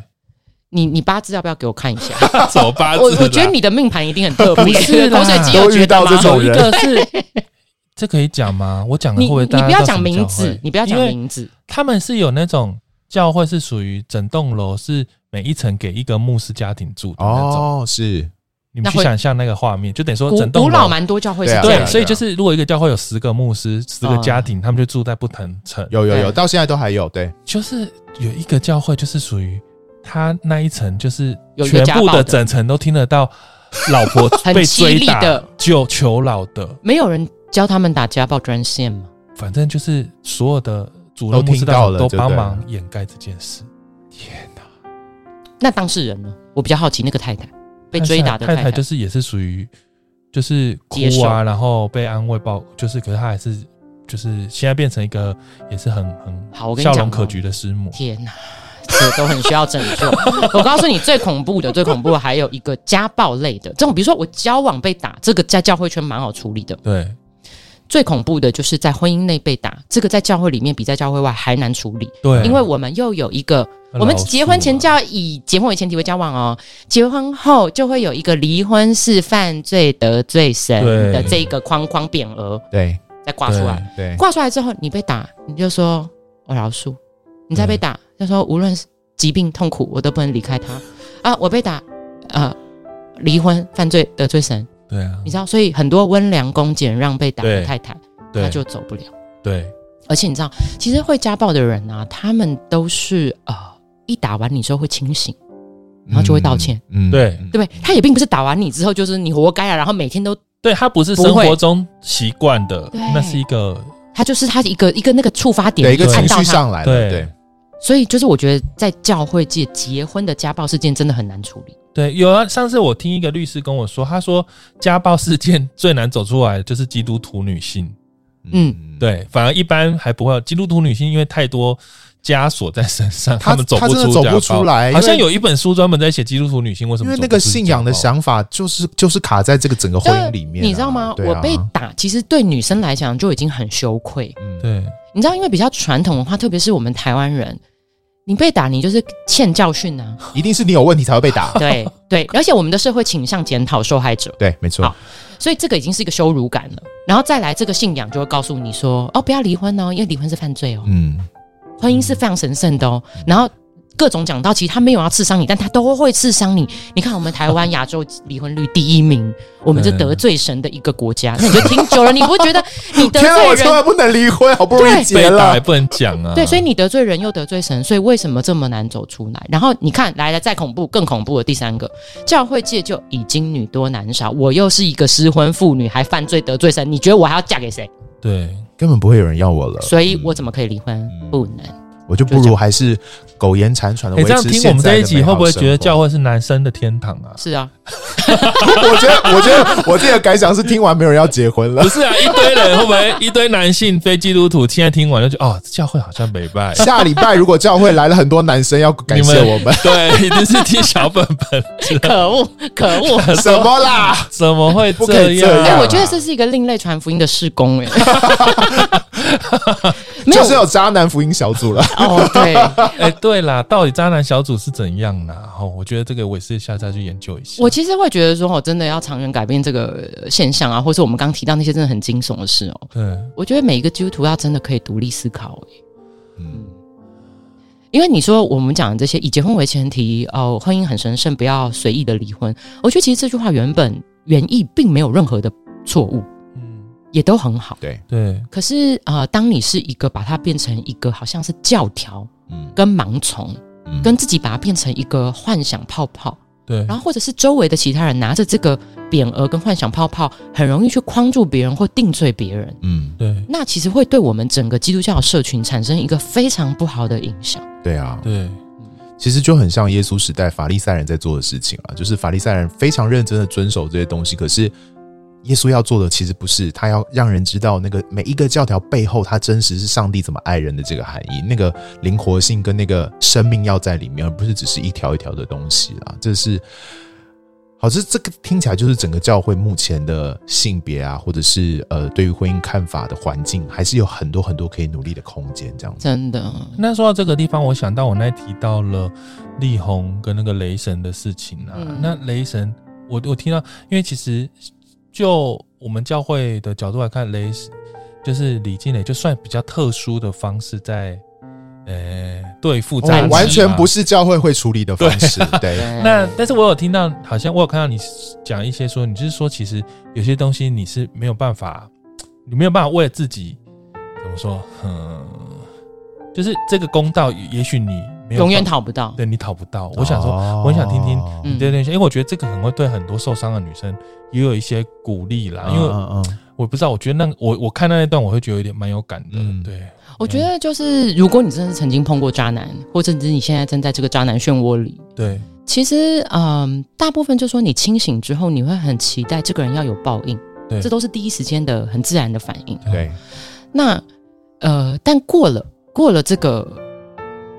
D: 你你八字要不要给我看一下？
A: 哎走
C: (laughs)
A: 八
D: 我我觉得你的命盘一定很特别，
A: 不是啦
D: 口水鸡有觉得吗
C: 都遇到这种
A: 有一
C: 人
A: 个是， (laughs) 这可以讲吗？我讲了
D: 你
A: 会
D: 你
A: 会大
D: 你
A: 家
D: 不要
A: 造成
D: 讲名
A: 教
D: 字
A: 会，
D: 你不要讲
A: 因为
D: 名字，
A: 他们是有那种教会是属于整栋楼是每一层给一个牧师家庭住的那种，
C: 哦，是
A: 你们
D: 那
A: 去
D: 会
A: 想象那个画面，就等于说
D: 古
A: 整栋
D: 古
A: 楼
D: 老蛮多教会是
C: 对啊
D: 这
A: 对，
D: 样，
A: 所以就是如果一个教会有十个牧师、十个
D: 嗯
A: 家庭，他们就住在不同层，
C: 有有有，
D: 对
C: 到现在都还有。对，
A: 就是有一个教会就是属于他那一层，就是
D: 有一个
A: 全
D: 家暴
A: 部的
D: 的
A: 整层都听得到老
D: (laughs)
A: 婆
D: 很
A: 被
D: 凄
A: 追
D: 厉
A: 打
D: 的
A: 就求老的，
D: 没有人教他们打家暴专线吗？
A: 反正就是所有的主任牧
C: 都
A: 师
C: 听到
A: 长
C: 了
A: 都
C: 就
A: 帮
C: 对
A: 忙
C: 了
A: 掩盖这件事。
D: 那当事人呢？我比较好奇那个太太被
A: 但是
D: 追打的
A: 太
D: 太
A: 就是也是属于就是哭
D: 接
A: 啊，
D: 受
A: 然后被安慰抱，就是可是她还是就是现在变成一个也是很
D: 好我
A: 很
D: 跟你
A: 笑容
D: 讲哦
A: 可掬的师母。
D: 天哪，这都很需要拯
A: (laughs)
D: 救。我告诉你，最恐怖的，最恐怖的还有一个家暴类的，这种比如说我交往被打，这个在教会圈蛮好处理的。
A: 对，
D: 最恐怖的就是在婚姻内被打，这个在教会里面比在教会外还难处理，
A: 对，
D: 因为我们又有一个，
A: 老
D: 我们结婚前
A: 鼠啊
D: 就要以结婚为前提为交往哦，结婚后就会有一个离婚是犯罪得罪神
A: 对
D: 的这一个框框匾额
C: 对
D: 再挂出来。
C: 对，
D: 挂出来之后，你被打，你就说我饶恕；你再被
A: 嗯
D: 打，就说无论是疾病痛苦，我都不能离开他啊！我被打，呃，离婚犯罪得罪神，
A: 对对啊
D: 你，知道，所以很多温良恭俭让被打
A: 对
D: 的太太，
A: 对
D: 她就走不了。
A: 对
D: 而且你知道，其实会家暴的人啊，他们都是呃，一打完你之后会清醒，然后就会道歉
C: 嗯。嗯
A: 对
C: 嗯
D: 对不对？他也并不是打完你之后就是你活该啊，然后每天都
A: 对，他不是
D: 不
A: 生
D: 会
A: 活中习惯的，
D: 对
A: 那是一个
D: 他就是他一个一个那个触发点
C: 对一个
D: 按
C: 情
D: 到
C: 绪
D: 他
C: 上来
A: 对
C: 了，对，
D: 所以就是我觉得在教会界结婚的家暴事件真的很难处理。
A: 对，有啊。上次我听一个律师跟我说，他说家暴事件 (laughs) 最难走出来的就是基督徒女性，
D: 嗯，
A: 对，反而一般还不会有基督徒女性，因为太多枷锁在身上，
C: 她
A: 他们走
C: 她
A: 不
C: 真的
A: 出
C: 走
A: 家
C: 不
A: 暴
C: 出来因
A: 好像
C: 为
A: 有一本书专门在写基督徒女性为什
C: 因
A: 么
C: 为
A: 走
C: 那
A: 不
C: 个
A: 出
C: 信
A: 家
C: 仰的
A: 暴
C: 想法就是就是卡在这个整个婚姻里面啊，
D: 你知道吗？
C: 对啊
D: 我被打，其实对女生来讲就已经很羞愧。
C: 嗯 (laughs)
A: 对
D: 你知道，因为比较传统文化，特别是我们台湾人，你被打，你就是欠教训啊。，
C: 一定是你有问题才会被打 (laughs)
D: 对对，而且我们的社会倾向检讨受害者，
C: 对，没错
D: 好，所以这个已经是一个羞辱感了。然后再来，这个信仰就会告诉你说：哦，不要离婚哦，因为离婚是犯罪哦，
C: 嗯，
D: 婚姻是非常神圣的哦。然后各种讲到，其实他没有要刺伤你，但他都会刺伤你。你看我们台湾亚洲离婚率第一名，我们是得罪神的一个国家。那你就听久了，你不会觉得你得
C: 天啊，
D: 罪
C: 我千
D: 人？
C: 万不能离婚，好不容易
D: 对
C: 结
A: 被打
C: 了
A: 也，不能讲啊。
D: 对，所以你得罪人又得罪神，所以为什么这么难走出来？然后你看，来了再恐怖更恐怖的第三个，教会界就已经女多男少，我又是一个失婚妇女，还犯罪得罪神，你觉得我还要嫁给谁？
A: 对，
C: 根本不会有人要我了，
D: 所以我怎么可以离婚？
C: 嗯
D: 不能。
C: 我就不如还是苟延残喘的
A: 你
C: 维
A: 这样
C: 持
A: 听我们这一集，会不会觉得教
C: 会？
A: 会是男生的天堂啊？
D: 是啊， (laughs)
C: 我觉得，我觉得我自己的感想是，听完没有人要结婚了
A: 不。是啊，一堆人会不会一堆男性非基督徒，现在听完就觉得哦，教会好像没拜。
C: (laughs) 下礼拜如果教会来了很多男生，要感谢我
D: (laughs)
C: 们
A: 对，一定是听小本本，
D: 可恶，可 (laughs) 恶！
C: 什么啦？
A: 怎么会
C: 不可
A: 这
C: 以这
A: 样？
C: 样
D: 哎、我觉得这是一个另类传福音的事工、
C: (laughs)
D: 哎，没有
C: 就是有渣男福音小组了。
D: 哦，对，
A: 哎、对啦，到底渣男小组是怎样啦？哦，我觉得这个我也是下次再去研究一下。
D: 我其实会觉得说，哦，真的要长远改变这个呃现象啊，或是我们刚提到那些真的很惊悚的事哦，
A: 嗯，
D: 我觉得每一个基督徒要真的可以独立思考、哎
C: 嗯，
D: 因为你说我们讲的这些以结婚为前提，哦，婚姻很神圣，不要随意的离婚。我觉得其实这句话原本原意并没有任何的错误，
A: 嗯，
D: 也都很好。
C: 对，
A: 对，
D: 可是啊、呃当你是一个把它变成一个好像是教条
C: 嗯，
D: 跟盲从，
C: 嗯
D: 跟自己把它变成一个幻想泡泡，
A: 对
D: 然，后或者是周围的其他人拿着这个匾额跟幻想泡泡，很容易去框住别人或定罪别人。
C: 嗯，
A: 对，
D: 那其实会对我们整个基督教社群产生一个非常不好的影响。
C: 对啊，
A: 对，
C: 其实就很像耶稣时代法利赛人在做的事情啊，就是法利赛人非常认真的遵守这些东西，可是耶稣要做的其实不是他要让人知道那个每一个教条背后，他真实是上帝怎么爱人的这个含义，那个灵活性跟那个生命要在里面，而不是只是一条一条的东西啦。这是好，这这个听起来就是整个教会目前的性别啊，或者是呃对于婚姻看法的环境，还是有很多很多可以努力的空间，这样子。
D: 真的，
A: 那说到这个地方，我想到我那提到了力宏跟那个雷神的事情啊。
D: 嗯
A: 那雷神，我我听到，因为其实就我们教会的角度来看，雷就是李金磊，就算比较特殊的方式在，呃，对付
C: 哦
A: 渣男、
C: 完全不。是教会会处理的方式，对
A: 那但是我有听到，好像我有看到你讲一些说，你就是说其实有些东西你是没有办法，你没有办法为了自己怎么说，嗯，就是这个公道，也许你没有
D: 永远
A: 办法
D: 讨不到。
A: 对你讨不到。 (laughs) 我想说，
C: 哦
A: 我很想听听
D: 嗯
A: 对对，因为我觉得这个可能会对很多受伤的女生也有一些鼓励啦。因为
C: 嗯
A: 我不知道，我觉得那个我我看那一段，我会觉得有点蛮有感的。
C: 嗯
A: 对，
D: 我觉得就是，如果你真的是曾经碰过渣男，或者是你现在正在这个渣男漩涡里，
A: 对，
D: 其实嗯，大部分就说你清醒之后，你会很期待这个人要有报应
A: 对，
D: 这都是第一时间的很自然的反应。
C: 对，
D: 那呃，但过了过了这个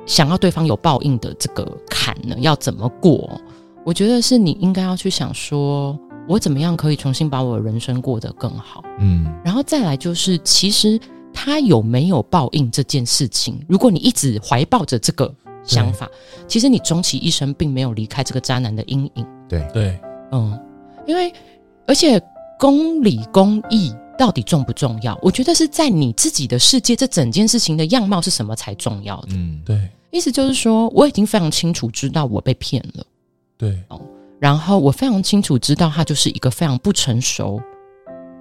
D: 想要对方有报应的这个坎呢，要怎么过？我觉得是你应该要去想说，我怎么样可以重新把我的人生过得更好。
C: 嗯
D: 然后再来就是，其实他有没有报应这件事情，如果你一直怀抱着这个想法，其实你终其一生并没有离开这个渣男的阴影。
C: 对，
A: 对，
D: 嗯，因为而且公理公义到底重不重要？我觉得是在你自己的世界，这整件事情的样貌是什么才重要的。
C: 嗯
A: 对，
D: 意思就是说，我已经非常清楚知道我被骗了，
A: 对，
C: 哦
D: 然后我非常清楚知道他就是一个非常不成熟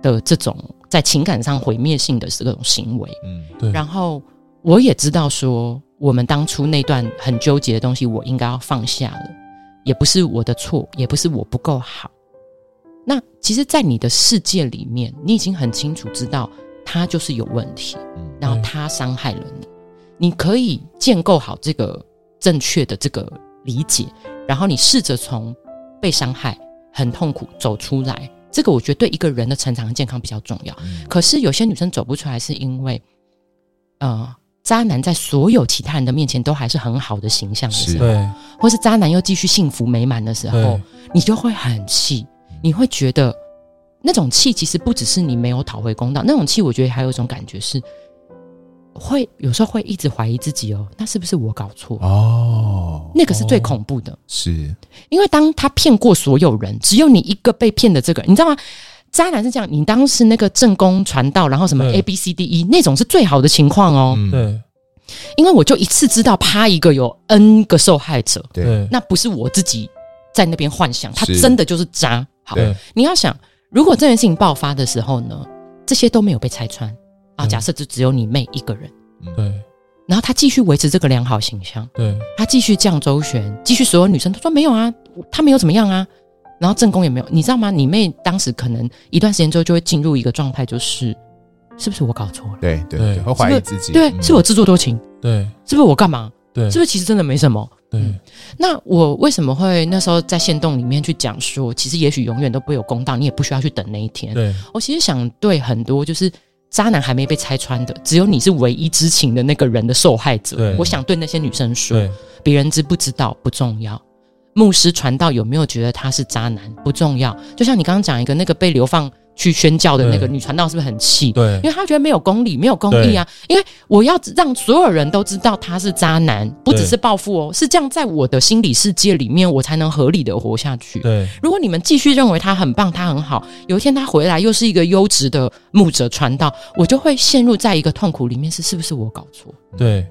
D: 的这种在情感上毁灭性的这种行为。
C: 嗯
A: 对，
D: 然后我也知道说，我们当初那段很纠结的东西，我应该要放下了，也不是我的错，也不是我不够好。那其实，在你的世界里面，你已经很清楚知道他就是有问题，
C: 嗯
D: 然后他伤害了你。你可以建构好这个正确的这个理解，然后你试着从被伤害、很痛苦走出来。这个我觉得对一个人的成长和健康比较重要。可是有些女生走不出来，是因为，呃，渣男在所有其他人的面前都还是很好的形象的时候，
C: 嗯
A: 对，
D: 或是渣男又继续幸福美满的时候
A: 对，，
D: 你就会很气，你会觉得那种气其实不只是你没有讨回公道，那种气我觉得还有一种感觉是，会有时候会一直怀疑自己哦，那是不是我搞错？
C: 哦
D: 那个是最恐怖的，
C: 是
D: 因为当他骗过所有人，只有你一个被骗的这个人，你知道吗？渣男是这样，你当时那个正宫传道，然后什么
A: 对
D: A B C D E 那种是最好的情况哦。
C: 嗯
A: 对，
D: 因为我就一次知道啪一个有 N 个受害者，
C: 对，
D: 那不是我自己在那边幻想，
C: 嗯
D: 他
C: 是
D: 真的就是渣。好
C: 对，
D: 你要想，如果这件事情爆发的时候呢，这些都没有被拆穿啊，
A: 嗯
D: 假设就只有你妹一个人，
A: 对
D: 然后她继续维持这个良好形象，
A: 对
D: 她继续这样周旋，继续所有女生都说没有啊，她没有怎么样啊，然后正宫也没有，你知道吗？你妹当时可能一段时间之后就会进入一个状态，就是是不是我搞错了？
C: 对对对，
A: 对
C: 会怀疑自己，
D: 对，
C: 嗯
D: 是我自作多情，
A: 对
D: 是不是我干嘛？
A: 对
D: 是不是其实真的没什么？
C: 嗯
A: 对
D: 那我为什么会那时候在线洞里面去讲说，其实也许永远都不会有公道，你也不需要去等那一天。
A: 对
D: 我其实想对很多就是渣男还没被拆穿的，只有你是唯一知情的那个人的受害者
A: 对。
D: 我想对那些女生说，
A: 对
D: 别人知不知道不重要。牧师传道有没有觉得他是渣男不重要，就像你刚刚讲一个那个被流放去宣教的那个
A: 对
D: 女传道，是不是很气？因
A: 对
D: 为他觉得没有公理，没有公义啊！因为我要让所有人都知道他是渣男，不只是报复哦，是这样，在我的心理世界里面，我才能合理的活下去。
A: 对
D: 如果你们继续认为他很棒，他很好，有一天他回来又是一个优质的牧者传道，我就会陷入在一个痛苦里面，是是不是我搞错？
A: 对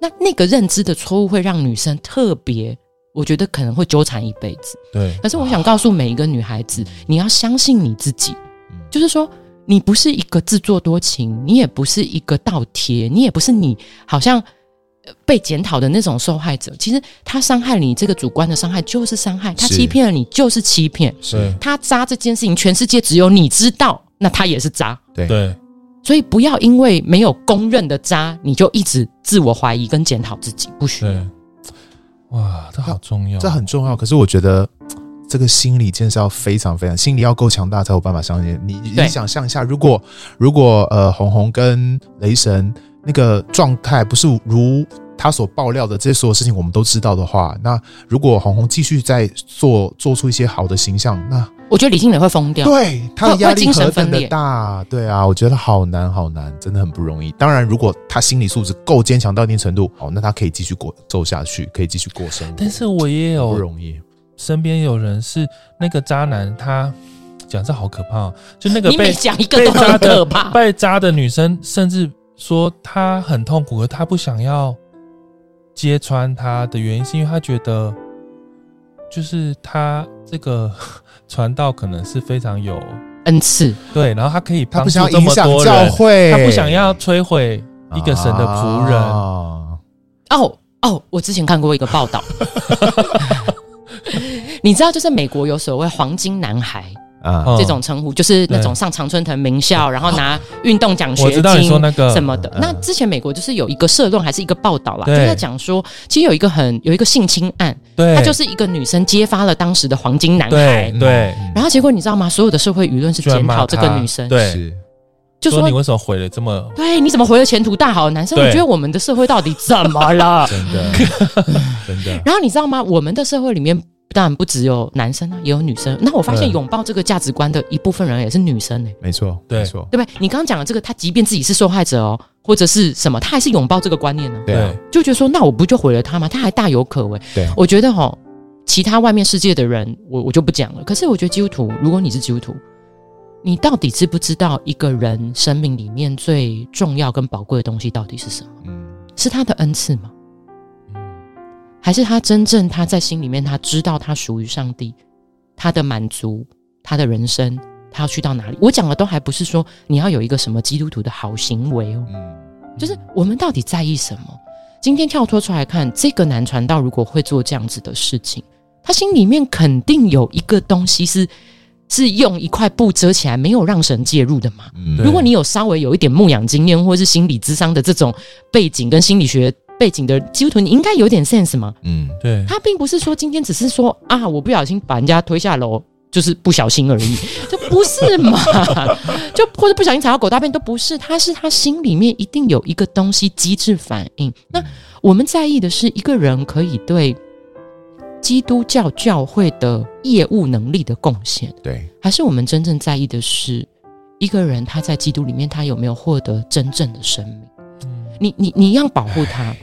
D: 那那个认知的错误会让女生特别，我觉得可能会纠缠一辈子。
A: 对
D: 可是我想告诉每一个女孩子，你要相信你自己
C: 嗯，
D: 就是说。你不是一个自作多情，你也不是一个倒贴，你也不是你好像呃被检讨的那种受害者。其实他伤害你，这个主观的伤害就是伤害，他
C: 是
D: 欺骗了你就是欺骗，
C: 是，
D: 他渣这件事情，全世界只有你知道，那他也是渣。
A: 对
D: 所以不要因为没有公认的渣，你就一直自我怀疑跟检讨自己，不需要。
A: 对，哇，这好重要，
C: 这很重要。可是我觉得这个心理建设要非常非常，心理要够强大才有办法相信你。
D: 对
C: 你想象一下，如果如果呃红红跟雷神那个状态不是如他所爆料的这些所有事情我们都知道的话，那如果红红继续在做做出一些好的形象，那
D: 我觉得李金磊会疯掉。
C: 对他的
D: 啊会
C: 压
D: 会
C: 力
D: 精神
C: 何等
D: 分
C: 的
D: 裂
C: 大，对啊，我觉得好难好难，真的很不容易。当然，如果他心理素质够坚强到一定程度，哦，那他可以继续过走下去，可以继续过生活，
A: 但是我也
C: 不
A: 有
C: 容易。
A: 身边有人是那个渣男，他讲这好可怕、哦，就那个
D: 你每
A: 被
D: 讲啊一个都很可怕。
A: 被渣的女生，甚至说她很痛苦，可她不想要揭穿他的原因，是因为她觉得，就是她这个 (laughs) 传道可能是非常有
D: 恩赐，
A: 对，然后她可以
C: 他
A: 帮
C: 不
A: 助
C: 想要
A: 这
C: 影
A: 么
C: 响
A: 多
C: 教
A: 人，
C: 会，
A: 她不想要摧毁一个神的仆人。
C: 哎啊
D: 哦哦，我之前看过一个报道， (laughs) 你知道，就是美国有所谓“黄金男孩”
C: 啊
A: 嗯
D: 这种称呼，就是那种
A: 对
D: 上常春藤名校，然后拿运动奖
A: 我
D: 学
A: 知道你
D: 金
A: 说那个
D: 什么的
C: 嗯。嗯
D: 那之前美国就是有一个社论还是一个报道啦，就
A: 对
D: 在讲说，其实有一个很有一个性侵案，
A: 对，
D: 他就是一个女生揭发了当时的黄金男孩
A: 对，对，
D: 然后结果你知道吗？所有的社会舆论是
A: 居然
D: 检
A: 骂
D: 讨这个
A: 她
D: 女生，
A: 对，
C: 是
D: 就
A: 说
D: 说
A: 你为什么毁了这么
D: 对你怎么回了前途大好的男生？我
A: 对
D: 觉得我们的社会到底怎
C: (laughs)
D: 么了？
C: 真
A: (laughs)
C: 的，真的
D: 然后你知道吗？我们的社会里面当然不只有男生啊，也有女生。那我发现
A: 嗯
D: 拥抱这个价值观的一部分人也是女生呢、欸
C: 没错，
A: 对
C: 没错，
D: 对不对？你刚刚讲的这个，她即便自己是受害者哦，或者是什么，她还是拥抱这个观念呢、
C: 对啊
D: 就觉得说，那我不就毁了她吗？她还大有可为。
C: 对
D: 我觉得哈、其他外面世界的人，我我就不讲了。可是我觉得基督徒，如果你是基督徒，你到底知不知道一个人生命里面最重要跟宝贵的东西到底是什么？
C: 嗯，
D: 是他的恩赐吗？还是他真正他在心里面他知道他属于上帝，他的满足，他的人生，他要去到哪里？我讲的都还不是说你要有一个什么基督徒的好行为哦，
C: 嗯
D: 就是我们到底在意什么？今天跳脱出来看，这个男传道如果会做这样子的事情，他心里面肯定有一个东西是是用一块布遮起来，没有让神介入的嘛。
C: 嗯
A: 对
D: 如果你有稍微有一点牧养经验，或是心理智商的这种背景跟心理学背景的基督徒，你应该有点 sense 嘛。
C: 嗯
A: 对
D: 他并不是说今天只是说啊，我不小心把人家推下楼，就是不小心
A: (laughs)
D: 而已，就不是嘛？就或者不小心踩到狗大便都不是，他是他心里面一定有一个东西机制反应。那我们在意的是一个人可以对基督教教会的业务能力的贡献。
C: 对，
D: 还是我们真正在意的是一个人他在基督里面他有没有获得真正的生命？
A: 嗯
D: 你你你要保护他，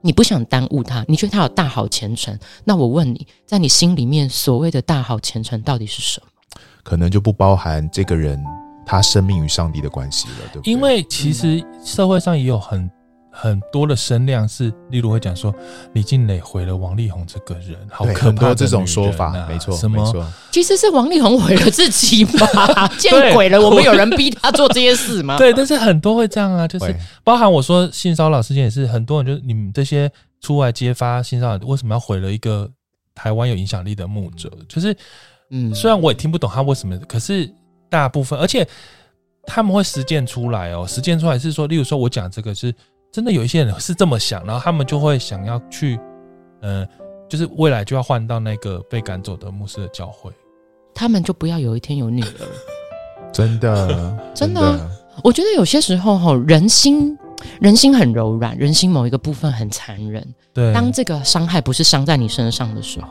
D: 你不想耽误他，你觉得他有大好前程？那我问你，在你心里面所谓的大好前程到底是什么？
C: 可能就不包含这个人他生命与上帝的关系了，对不对？
A: 因为其实社会上也有很很多的声量是，例如会讲说李静蕾毁了王力宏这个人，好
C: 对
A: 可
C: 很
A: 怕
C: 多
A: 的
C: 这种
A: 女
C: 说
A: 人
C: 法
A: 啊，
C: 没错，
A: 什
C: 没
A: 么
C: 错。
D: 其实是王力宏毁了自己
A: (laughs)
D: 吧？见鬼了！我们有人逼他做这些事吗？
A: 对，但是很多会这样啊，就是
C: 对
A: 包含我说性骚扰事件也是，很多人就是你们这些出来揭发性骚扰，为什么要毁了一个台湾有影响力的牧者？就是
D: 嗯，
A: 虽然我也听不懂他为什么，可是大部分，而且他们会实践出来哦，实践出来是说，例如说我讲这个是真的，有一些人是这么想，然后他们就会想要去，呃，就是未来就要换到那个被赶走的牧师的教会。
D: 他们就不要有一天有女儿。
C: 真的，
D: 真的啊我觉得有些时候哈，人心人心很柔软，人心某一个部分很残忍。
A: 对，
D: 当这个伤害不是伤在你身上的时候，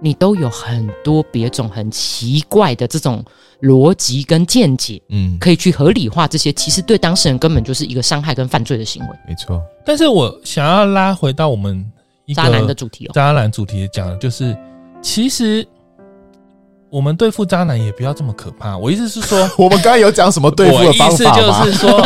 D: 你都有很多别种很奇怪的这种逻辑跟见解，
C: 嗯，
D: 可以去合理化这些，其实对当事人根本就是一个伤害跟犯罪的行为。
C: 没错，
A: 但是我想要拉回到我们一个
D: 渣男的主题哦，
A: 渣男主题讲的就是，其实我们对付渣男也不要这么可怕。我意思是说，
C: (laughs) 我们刚才有讲什么对付
A: 我
C: 的
A: 意
C: 方
A: 思
C: 法
A: 就
C: 吗？
A: 是说，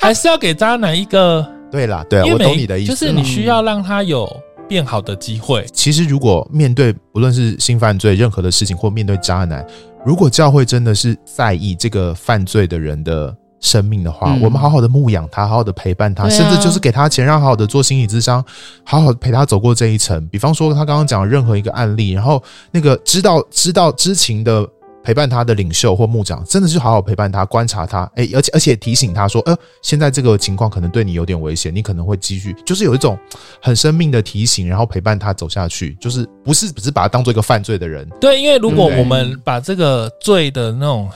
A: 还是要给渣男一个，
C: 对啦，对啊，
A: 因为
C: 我懂
A: 每
C: 你的意思
A: 就是
C: 啦。
A: 你需要让他有变好的机会。
C: 其实如果面对不论是性犯罪任何的事情，或面对渣男，如果教会真的是在意这个犯罪的人的生命的话，
D: 嗯
C: 我们好好的牧养他，好好的陪伴他，
D: 对啊
C: 甚至就是给他钱，让他好好的做心理咨商，好好地陪他走过这一层。比方说他刚刚讲的任何一个案例，然后那个知道知道知情的。陪伴他的领袖或牧长，真的是好好陪伴他，观察他，哎、而且而且提醒他说，呃，现在这个情况可能对你有点危险，你可能会继续，就是有一种很生命的提醒，然后陪伴他走下去，就是不是只是把他当做一个犯罪的人，
A: 对，因为如果
D: 嗯
A: 我们把这个罪的那种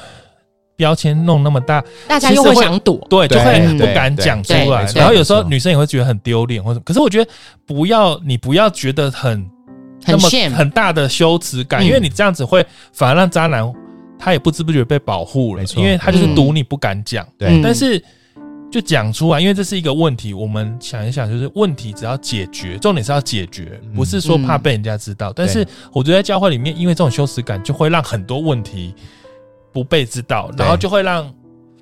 A: 标签弄那么大，
D: 大家又
A: 其实
D: 会
A: 会
D: 想躲，
A: 对，就
C: 对
A: 会不
C: 对
A: 敢
C: 对
A: 讲出
D: 对
A: 来
D: 没。错
A: 然后有时候
C: 没错
A: 女生也会觉得很丢脸或者什么。可是我觉得不要，你不要觉得很那
D: 很
A: 么
D: shame，
A: 很大的羞耻感，
D: 嗯
A: 因为你这样子会反而让渣男他也不知不觉被保护了
C: 没，错嗯
A: 因为他就是赌你不敢讲，
C: 对
D: 嗯
A: 但是就讲出来，因为这是一个问题，我们想一想，就是问题只要解决，重点是要解决，
C: 嗯
A: 不是说怕被人家知道。但是我觉得在教会里面，因为这种羞耻感，就会让很多问题不被知道，
C: 对
A: 然后就会让。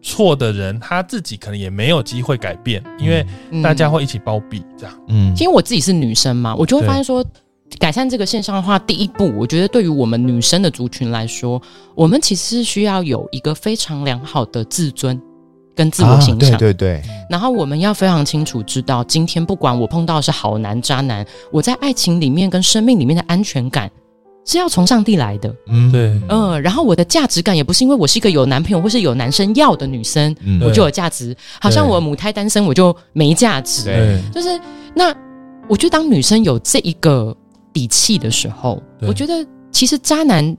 A: 错的人他自己可能也没有机会改变，因为
D: 嗯
A: 大家会一起包庇这样。
C: 嗯
D: 因为我自己是女生嘛，我就会发现说，改善这个现象的话，第一步，我觉得对于我们女生的族群来说，我们其实是需要有一个非常良好的自尊跟自我形象。
C: 啊、对对对，
D: 然后我们要非常清楚知道，今天不管我碰到的是好男渣男，我在爱情里面跟生命里面的安全感是要从上帝来的。
C: 嗯
A: 对
D: 嗯、然后我的价值感也不是因为我是一个有男朋友或是有男生要的女生，
C: 嗯
D: 我就有价值。好像我母胎单身，我就没价值。
C: 对
D: 就是那，我觉得当女生有这一个底气的时候，
A: 对
D: 我觉得其实渣男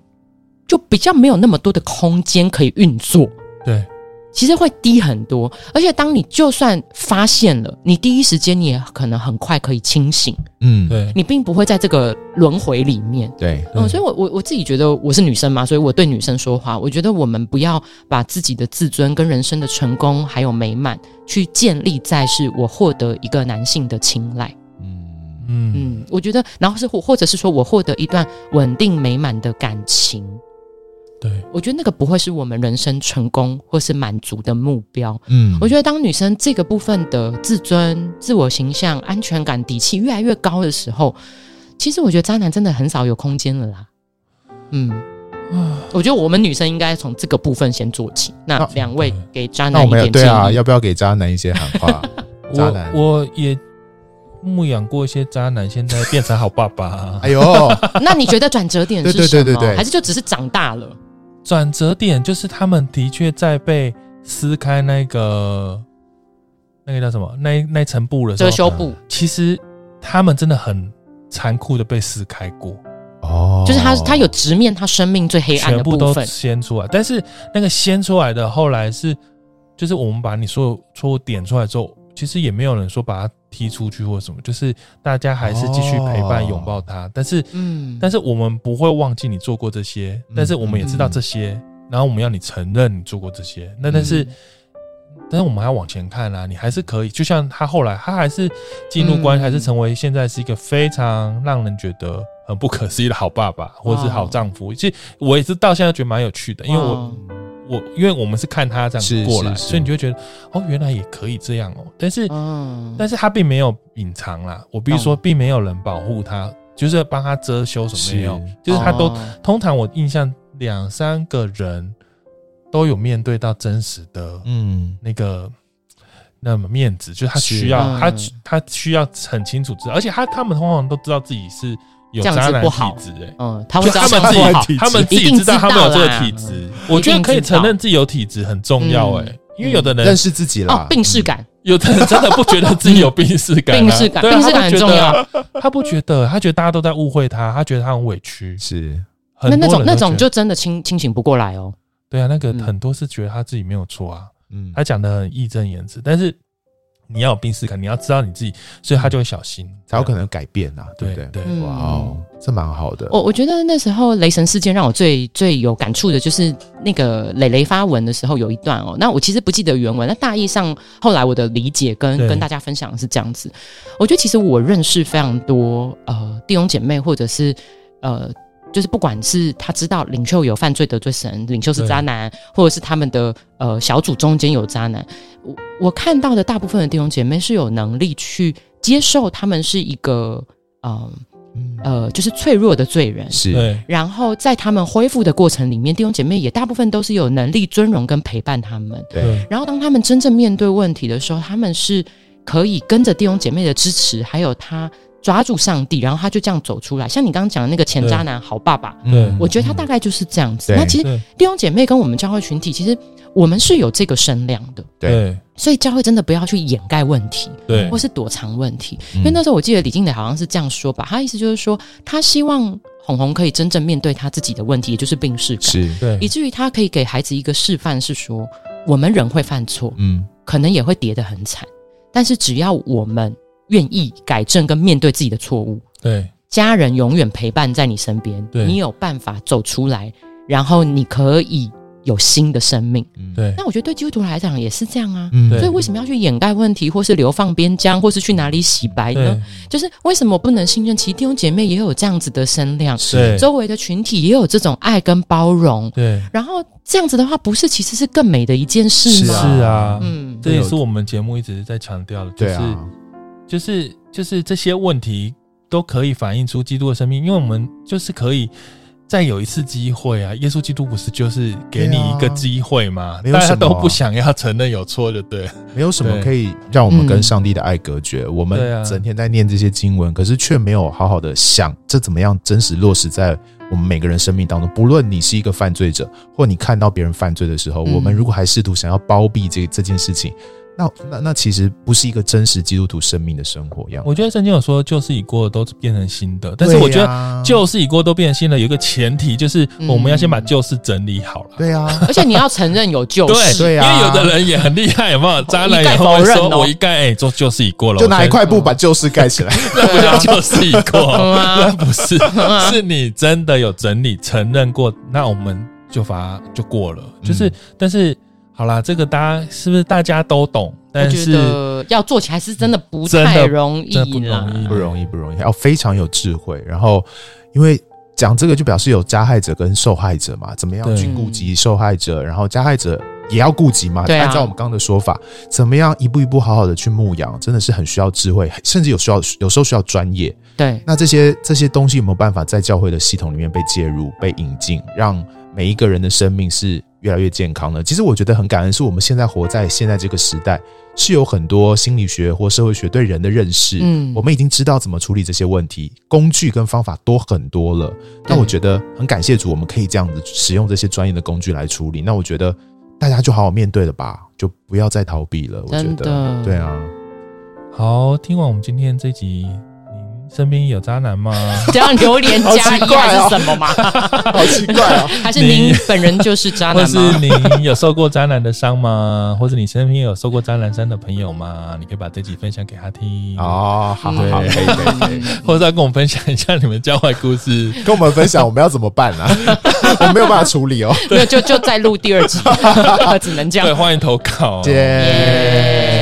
D: 就比较没有那么多的空间可以运作，
A: 对，
D: 其实会低很多。而且当你就算发现了，你第一时间你也可能很快可以清醒，
C: 嗯
A: 对
D: 你并不会在这个轮回里面。
C: 对，
A: 对
D: 嗯，所以我我我自己觉得我是女生嘛，所以我对女生说话，我觉得我们不要把自己的自尊跟人生的成功还有美满去建立在是我获得一个男性的青睐。
C: 嗯
A: 嗯
D: 嗯，我觉得，然后是或或者是说我获得一段稳定美满的感情，
A: 对，
D: 我觉得那个不会是我们人生成功或是满足的目标。
C: 嗯
D: 我觉得当女生这个部分的自尊、自我形象、安全感、底气越来越高的时候，其实我觉得渣男真的很少有空间了啦。嗯，我觉得我们女生应该从这个部分先做起。那
C: 那
D: 两位给渣
C: 那
D: 男
C: 我
D: 一
C: 们有
D: 点
C: 对
D: 建
C: 啊，
D: 议
C: 要，不要给渣男一些喊话？渣男
A: 我我也牧养过一些渣男，现在变成好爸爸、啊
C: 哎呦，
D: (laughs) 那你觉得转折点是什
C: 对
D: 么？
C: 对对对对
D: 还是就只是长大了？
A: 转折点就是他们的确在被撕开那个那个叫什么那一那一层布的时
D: 遮
A: 候，
D: 羞布。
A: 其实他们真的很残酷的被撕开过，
C: (laughs) 哦
D: 就是他，他有直面他生命最黑暗
A: 全
D: 的
A: 部
D: 部
A: 都
D: 分。
A: 掀出来。但是那个掀出来的后来是，就是我们把你所有错误点出来之后，其实也没有人说把他踢出去或什么，就是大家还是继续陪伴
C: 哦
A: 拥抱他，但是。
D: 嗯，
A: 但是我们不会忘记你做过这些，
C: 嗯
A: 但是我们也知道这些，然后我们要你承认你做过这些。那但
C: 嗯
A: 是，但是我们还要往前看啊，你还是可以。就像他后来，他还是进入关系，
D: 嗯
A: 还是成为现在是一个非常让人觉得很
C: 嗯
D: 哦
A: 不可思议的好爸爸，或是好丈夫。其实我也是到现在觉得蛮有趣的，因为我
D: 哇
A: 我因为我们是看他这
C: 嗯是
A: 样过来，
C: 是是
A: 所以你就会觉得哦，原来也可以这样哦。但是
D: 嗯，
A: 但是他并没有隐藏啦，我必须说，并没有人保护他，就是帮他遮羞什么没有
C: 是，
A: 就是他都、
D: 哦
A: 通常我印象两三个人都有面对到真实的
C: 嗯，
A: 那个。那么面子就是他需要
D: 是嗯
A: 他他需要很清楚知道，而且他他们通常都知道自己是有
D: 这样子
A: 渣男
D: 不
A: 体
D: 好
A: 质哎、
D: 嗯，他会
A: 就
D: 知道
A: 他们自
D: 不好
A: 己，他们自
D: 一
A: 己
D: 定
A: 知道
D: 知
A: 他们有
D: 道
A: 这个
D: 啦嗯
A: 体质，我觉得
D: 一定
A: 可以
D: 知道
A: 承认自己有体质很重要哎、
D: 嗯
A: 因为有的人
C: 认识自己啦嗯
D: 哦，，病逝感，
A: 有的人真的不觉得自己有病逝感啊，
D: (laughs) 病逝感，
A: 对啊
D: 病逝感很
A: 他
D: 重。
A: 不觉得
D: 要。
A: 他不觉得，他觉得大家都在误会他，他觉得他很委屈。
C: 是
D: 那
A: 很
D: (laughs)
A: 多
D: 那种
A: 人都
D: 那种
A: 觉得
D: 就真的清清醒不过来哦。
A: 对啊，那个
D: 嗯
A: 很多是觉得他自己没有错啊，
C: 嗯
D: 哎
A: 他讲的很义正言辞，但是你要有病逝感，你要知道你自己，所以他就会小心，
C: 嗯才有可能改变啦，对
A: 对
C: 不对？
A: 对。
D: 嗯
C: 哇哦，这蛮好的。
D: 我我觉得那时候雷神事件让我最最有感触的就是那个磊磊发文的时候有一段哦，那我其实不记得原文，那大意上后来我的理解跟
A: 对
D: 跟大家分享的是这样子。我觉得其实我认识非常多呃弟兄姐妹或者是呃。就是不管是他知道领袖有犯罪得罪神，领袖是
A: 对
D: 渣男，或者是他们的呃小组中间有渣男，我我看到的大部分的弟兄姐妹是有能力去接受他们是一个嗯
C: 嗯
D: 呃就是脆弱的罪人，
C: 是
A: 对，
D: 然后在他们恢复的过程里面，弟兄姐妹也大部分都是有能力尊荣跟陪伴他们。
C: 对，
D: 然后当他们真正面对问题的时候，他们是可以跟着弟兄姐妹的支持，还有他抓住上帝，然后他就这样走出来。像你刚刚讲的那个前渣男好爸爸，
A: 对
D: 我觉得他大概就是这样
C: 嗯
D: 子。
C: 对
D: 那其实
A: 对
D: 弟兄姐妹跟我们教会群体，其实我们是有这个声量的，
A: 对
D: 所以教会真的不要去掩盖问题。
A: 对
D: 或是躲藏问题。
C: 嗯
D: 因为那时候我记得李静蕾好像是这样说吧，她意思就是说，她希望红红可以真正面对她自己的问题，也就是病逝感，
C: 是
D: 以
A: 对
D: 至于她可以给孩子一个示范，是说我们人会犯错，
C: 嗯
D: 可能也会跌得很惨，但是只要我们愿意改正跟面对自己的错误，
A: 对
D: 家人永远陪伴在你身边，
A: 对
D: 你有办法走出来，然后你可以有新的生命。
C: 嗯
A: 对
D: 那我觉得对基督徒来讲也是这样啊。
C: 嗯
A: 对
D: 所以为什么要去掩盖问题，或是流放边疆，或是去哪里洗白呢？
A: 对
D: 就是为什么不能信任？其实弟兄姐妹也有这样子的声量，
A: 是
D: 周围的群体也有这种爱跟包容。
A: 对
D: 然后这样子的话，不是其实是更美的一件事
A: 是
D: 吗？
A: 啊，
D: 嗯，
A: 这也是我们节目一直在强调的，就
C: 对
A: 是
C: 啊，
A: 就是就是这些问题都可以反映出基督的生命，因为我们就是可以再有一次机会啊！耶稣基督不是就是给你一个机会吗？
C: 对啊
A: 大家
C: 没有什么啊
A: 都不想要承认有错，就对了，
C: 没有什么
A: 对
C: 可以让我们跟
D: 嗯
C: 上帝的爱隔绝。我们
A: 对啊
C: 整天在念这些经文，可是却没有好好的想这怎么样真实落实在我们每个人生命当中。不论你是一个犯罪者，或你看到别人犯罪的时候，
D: 嗯
C: 我们如果还试图想要包庇这这件事情，那那那其实不是一个真实基督徒生命的生活样子。
A: 我觉得圣经有说，旧事已过，都变成新的。但是我觉得
C: 得
A: 旧事已过，都变成新的，有一个前提就是
D: 嗯
A: 我们要先把旧事整理好了。 (laughs)
C: 对啊，
D: 而且你要承认有救
A: 对，
D: 世，
C: 对啊
A: 因为有的人也很厉害，有没有？渣男
D: 一概
A: 也会
D: 否认
A: 说，
D: 哦
A: 我一概哎，就旧事已过了，
C: 就
A: 我
C: 拿
A: 先
C: 一块布把旧事盖起来。
A: 那不叫旧事已过，
D: (laughs) 嗯啊
A: 那不是
D: 啊，
A: 是你真的有整理承认过，那我们就罚就过了。就是，
C: 嗯
A: 但是好啦，这个大家是不是大家都懂？
D: 我
A: 但
D: 觉
A: 是
D: 得要做起来是真的不
A: 真的
D: 太容易
A: 真的不
D: 啦。
A: 容易，啊
C: 不容易，不容易，要非常有智慧。然后，因为讲这个就表示有加害者跟受害者嘛，怎么样
A: 对
C: 去顾及受害者，然后加害者也要顾及嘛。
D: 对啊
C: 按照我们刚刚的说法，怎么样一步一步好好的去牧养，真的是很需要智慧，甚至有需要有时候需要专业。
D: 对，
C: 那这些这些东西有没有办法在教会的系统里面被介入、被引进，让每一个人的生命是越来越健康呢？其实我觉得很感恩，是我们现在活在现在这个时代，是有很多心理学或社会学对人的认识，
D: 嗯
C: 我们已经知道怎么处理这些问题，工具跟方法多很多了。那
D: 对
C: 我觉得很感谢主，我们可以这样子使用这些专业的工具来处理。那我觉得大家就好好面对了吧，就不要再逃避了。我觉
D: 真
C: 得，
D: 的
C: 对。啊，
A: 好，听完我们今天这集，您身边有渣男吗？
D: (laughs) 这样榴莲加
C: 好
D: 一
C: 奇怪
D: 还
C: 哦
D: 是什么吗？
C: (laughs) 好奇怪啊、
D: 还是您
A: (laughs) 你
D: 本人就是渣
A: 或
D: 男
A: 是
D: 吗？
A: 您有受过渣男的伤吗？或者你身边有受过渣男伤的朋友吗？你可以把这集分享给他听，
C: 哦，好好好，可
D: 对
C: 以可以可以。
A: 或者要跟我们分享一下你们教坏故事。
C: 跟我们分享我们要怎么办啊？ (laughs) 我没有办法处 (laughs) 理哦。
D: 没有，就就再录第
A: (laughs)
D: (laughs) 二集，只能这样
A: 对，。欢迎投稿。
C: 耶
D: 耶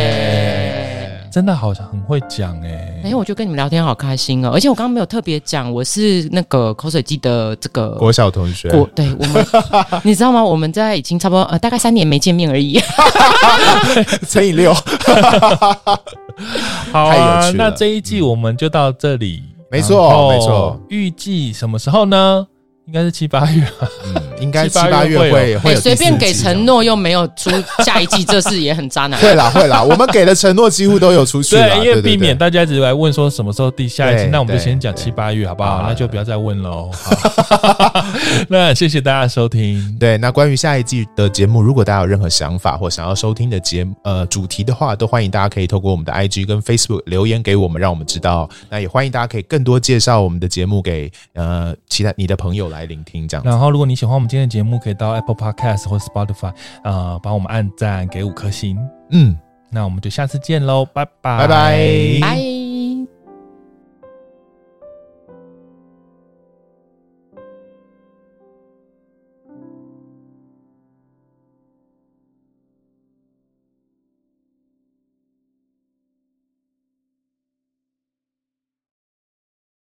A: 真的好像很会讲哎、
D: 哎、我就跟你们聊天好开心哦，而且我刚刚没有特别讲，我是那个口水鸡的这个
C: 国小同学，
D: 国对我
C: (laughs)
D: 们，你知道吗？我们在已经差不多呃大概三年没见面而已。
C: 乘以 (laughs) 六，
A: 好
C: 太
A: 啊
C: 有，趣了
A: 那这一季我们就到这里，
C: 没错
A: 然后
C: 没错
A: 预计什么时候呢？应该是七八月啊吧，
C: 嗯，应该
A: 七
C: 七
A: 八
C: 八
A: 月
C: 月
A: 会
C: 会哦会
D: 哎
C: 有
D: (laughs) 随、
C: 第
D: 便
C: 四
D: 给
C: 季
D: 承诺又没有出下一季，这事也很渣男。
C: 会啦会啦，我们给的承诺几乎都有出去了，
A: 因为
C: 啊对
A: 避免。大家一直来问说什么时候第下一季，
C: 对
A: 那我们就
C: 对
A: 先讲七
C: 对
A: 八月好不好？
C: 好啊
A: 那就不要再问
C: (laughs)
A: 喽。好 (laughs) 那谢谢大家的收听，
C: 对，对那关于下一季的节目，如果大家有任何想法或想要收听的节目呃主题的话，都欢迎大家可以透过我们的 IG 跟 Facebook 留言给我们，让我们知道。那也欢迎大家可以更多介绍我们的节目给呃其他你的朋友来聆听，这样子
A: 然。后如果你喜欢我们今天的节目，可以到 Apple Podcast 或 Spotify 啊、帮我们按赞给五颗星。
C: 嗯，
A: 那我们就下次见喽，拜拜，
C: 拜拜
D: 拜。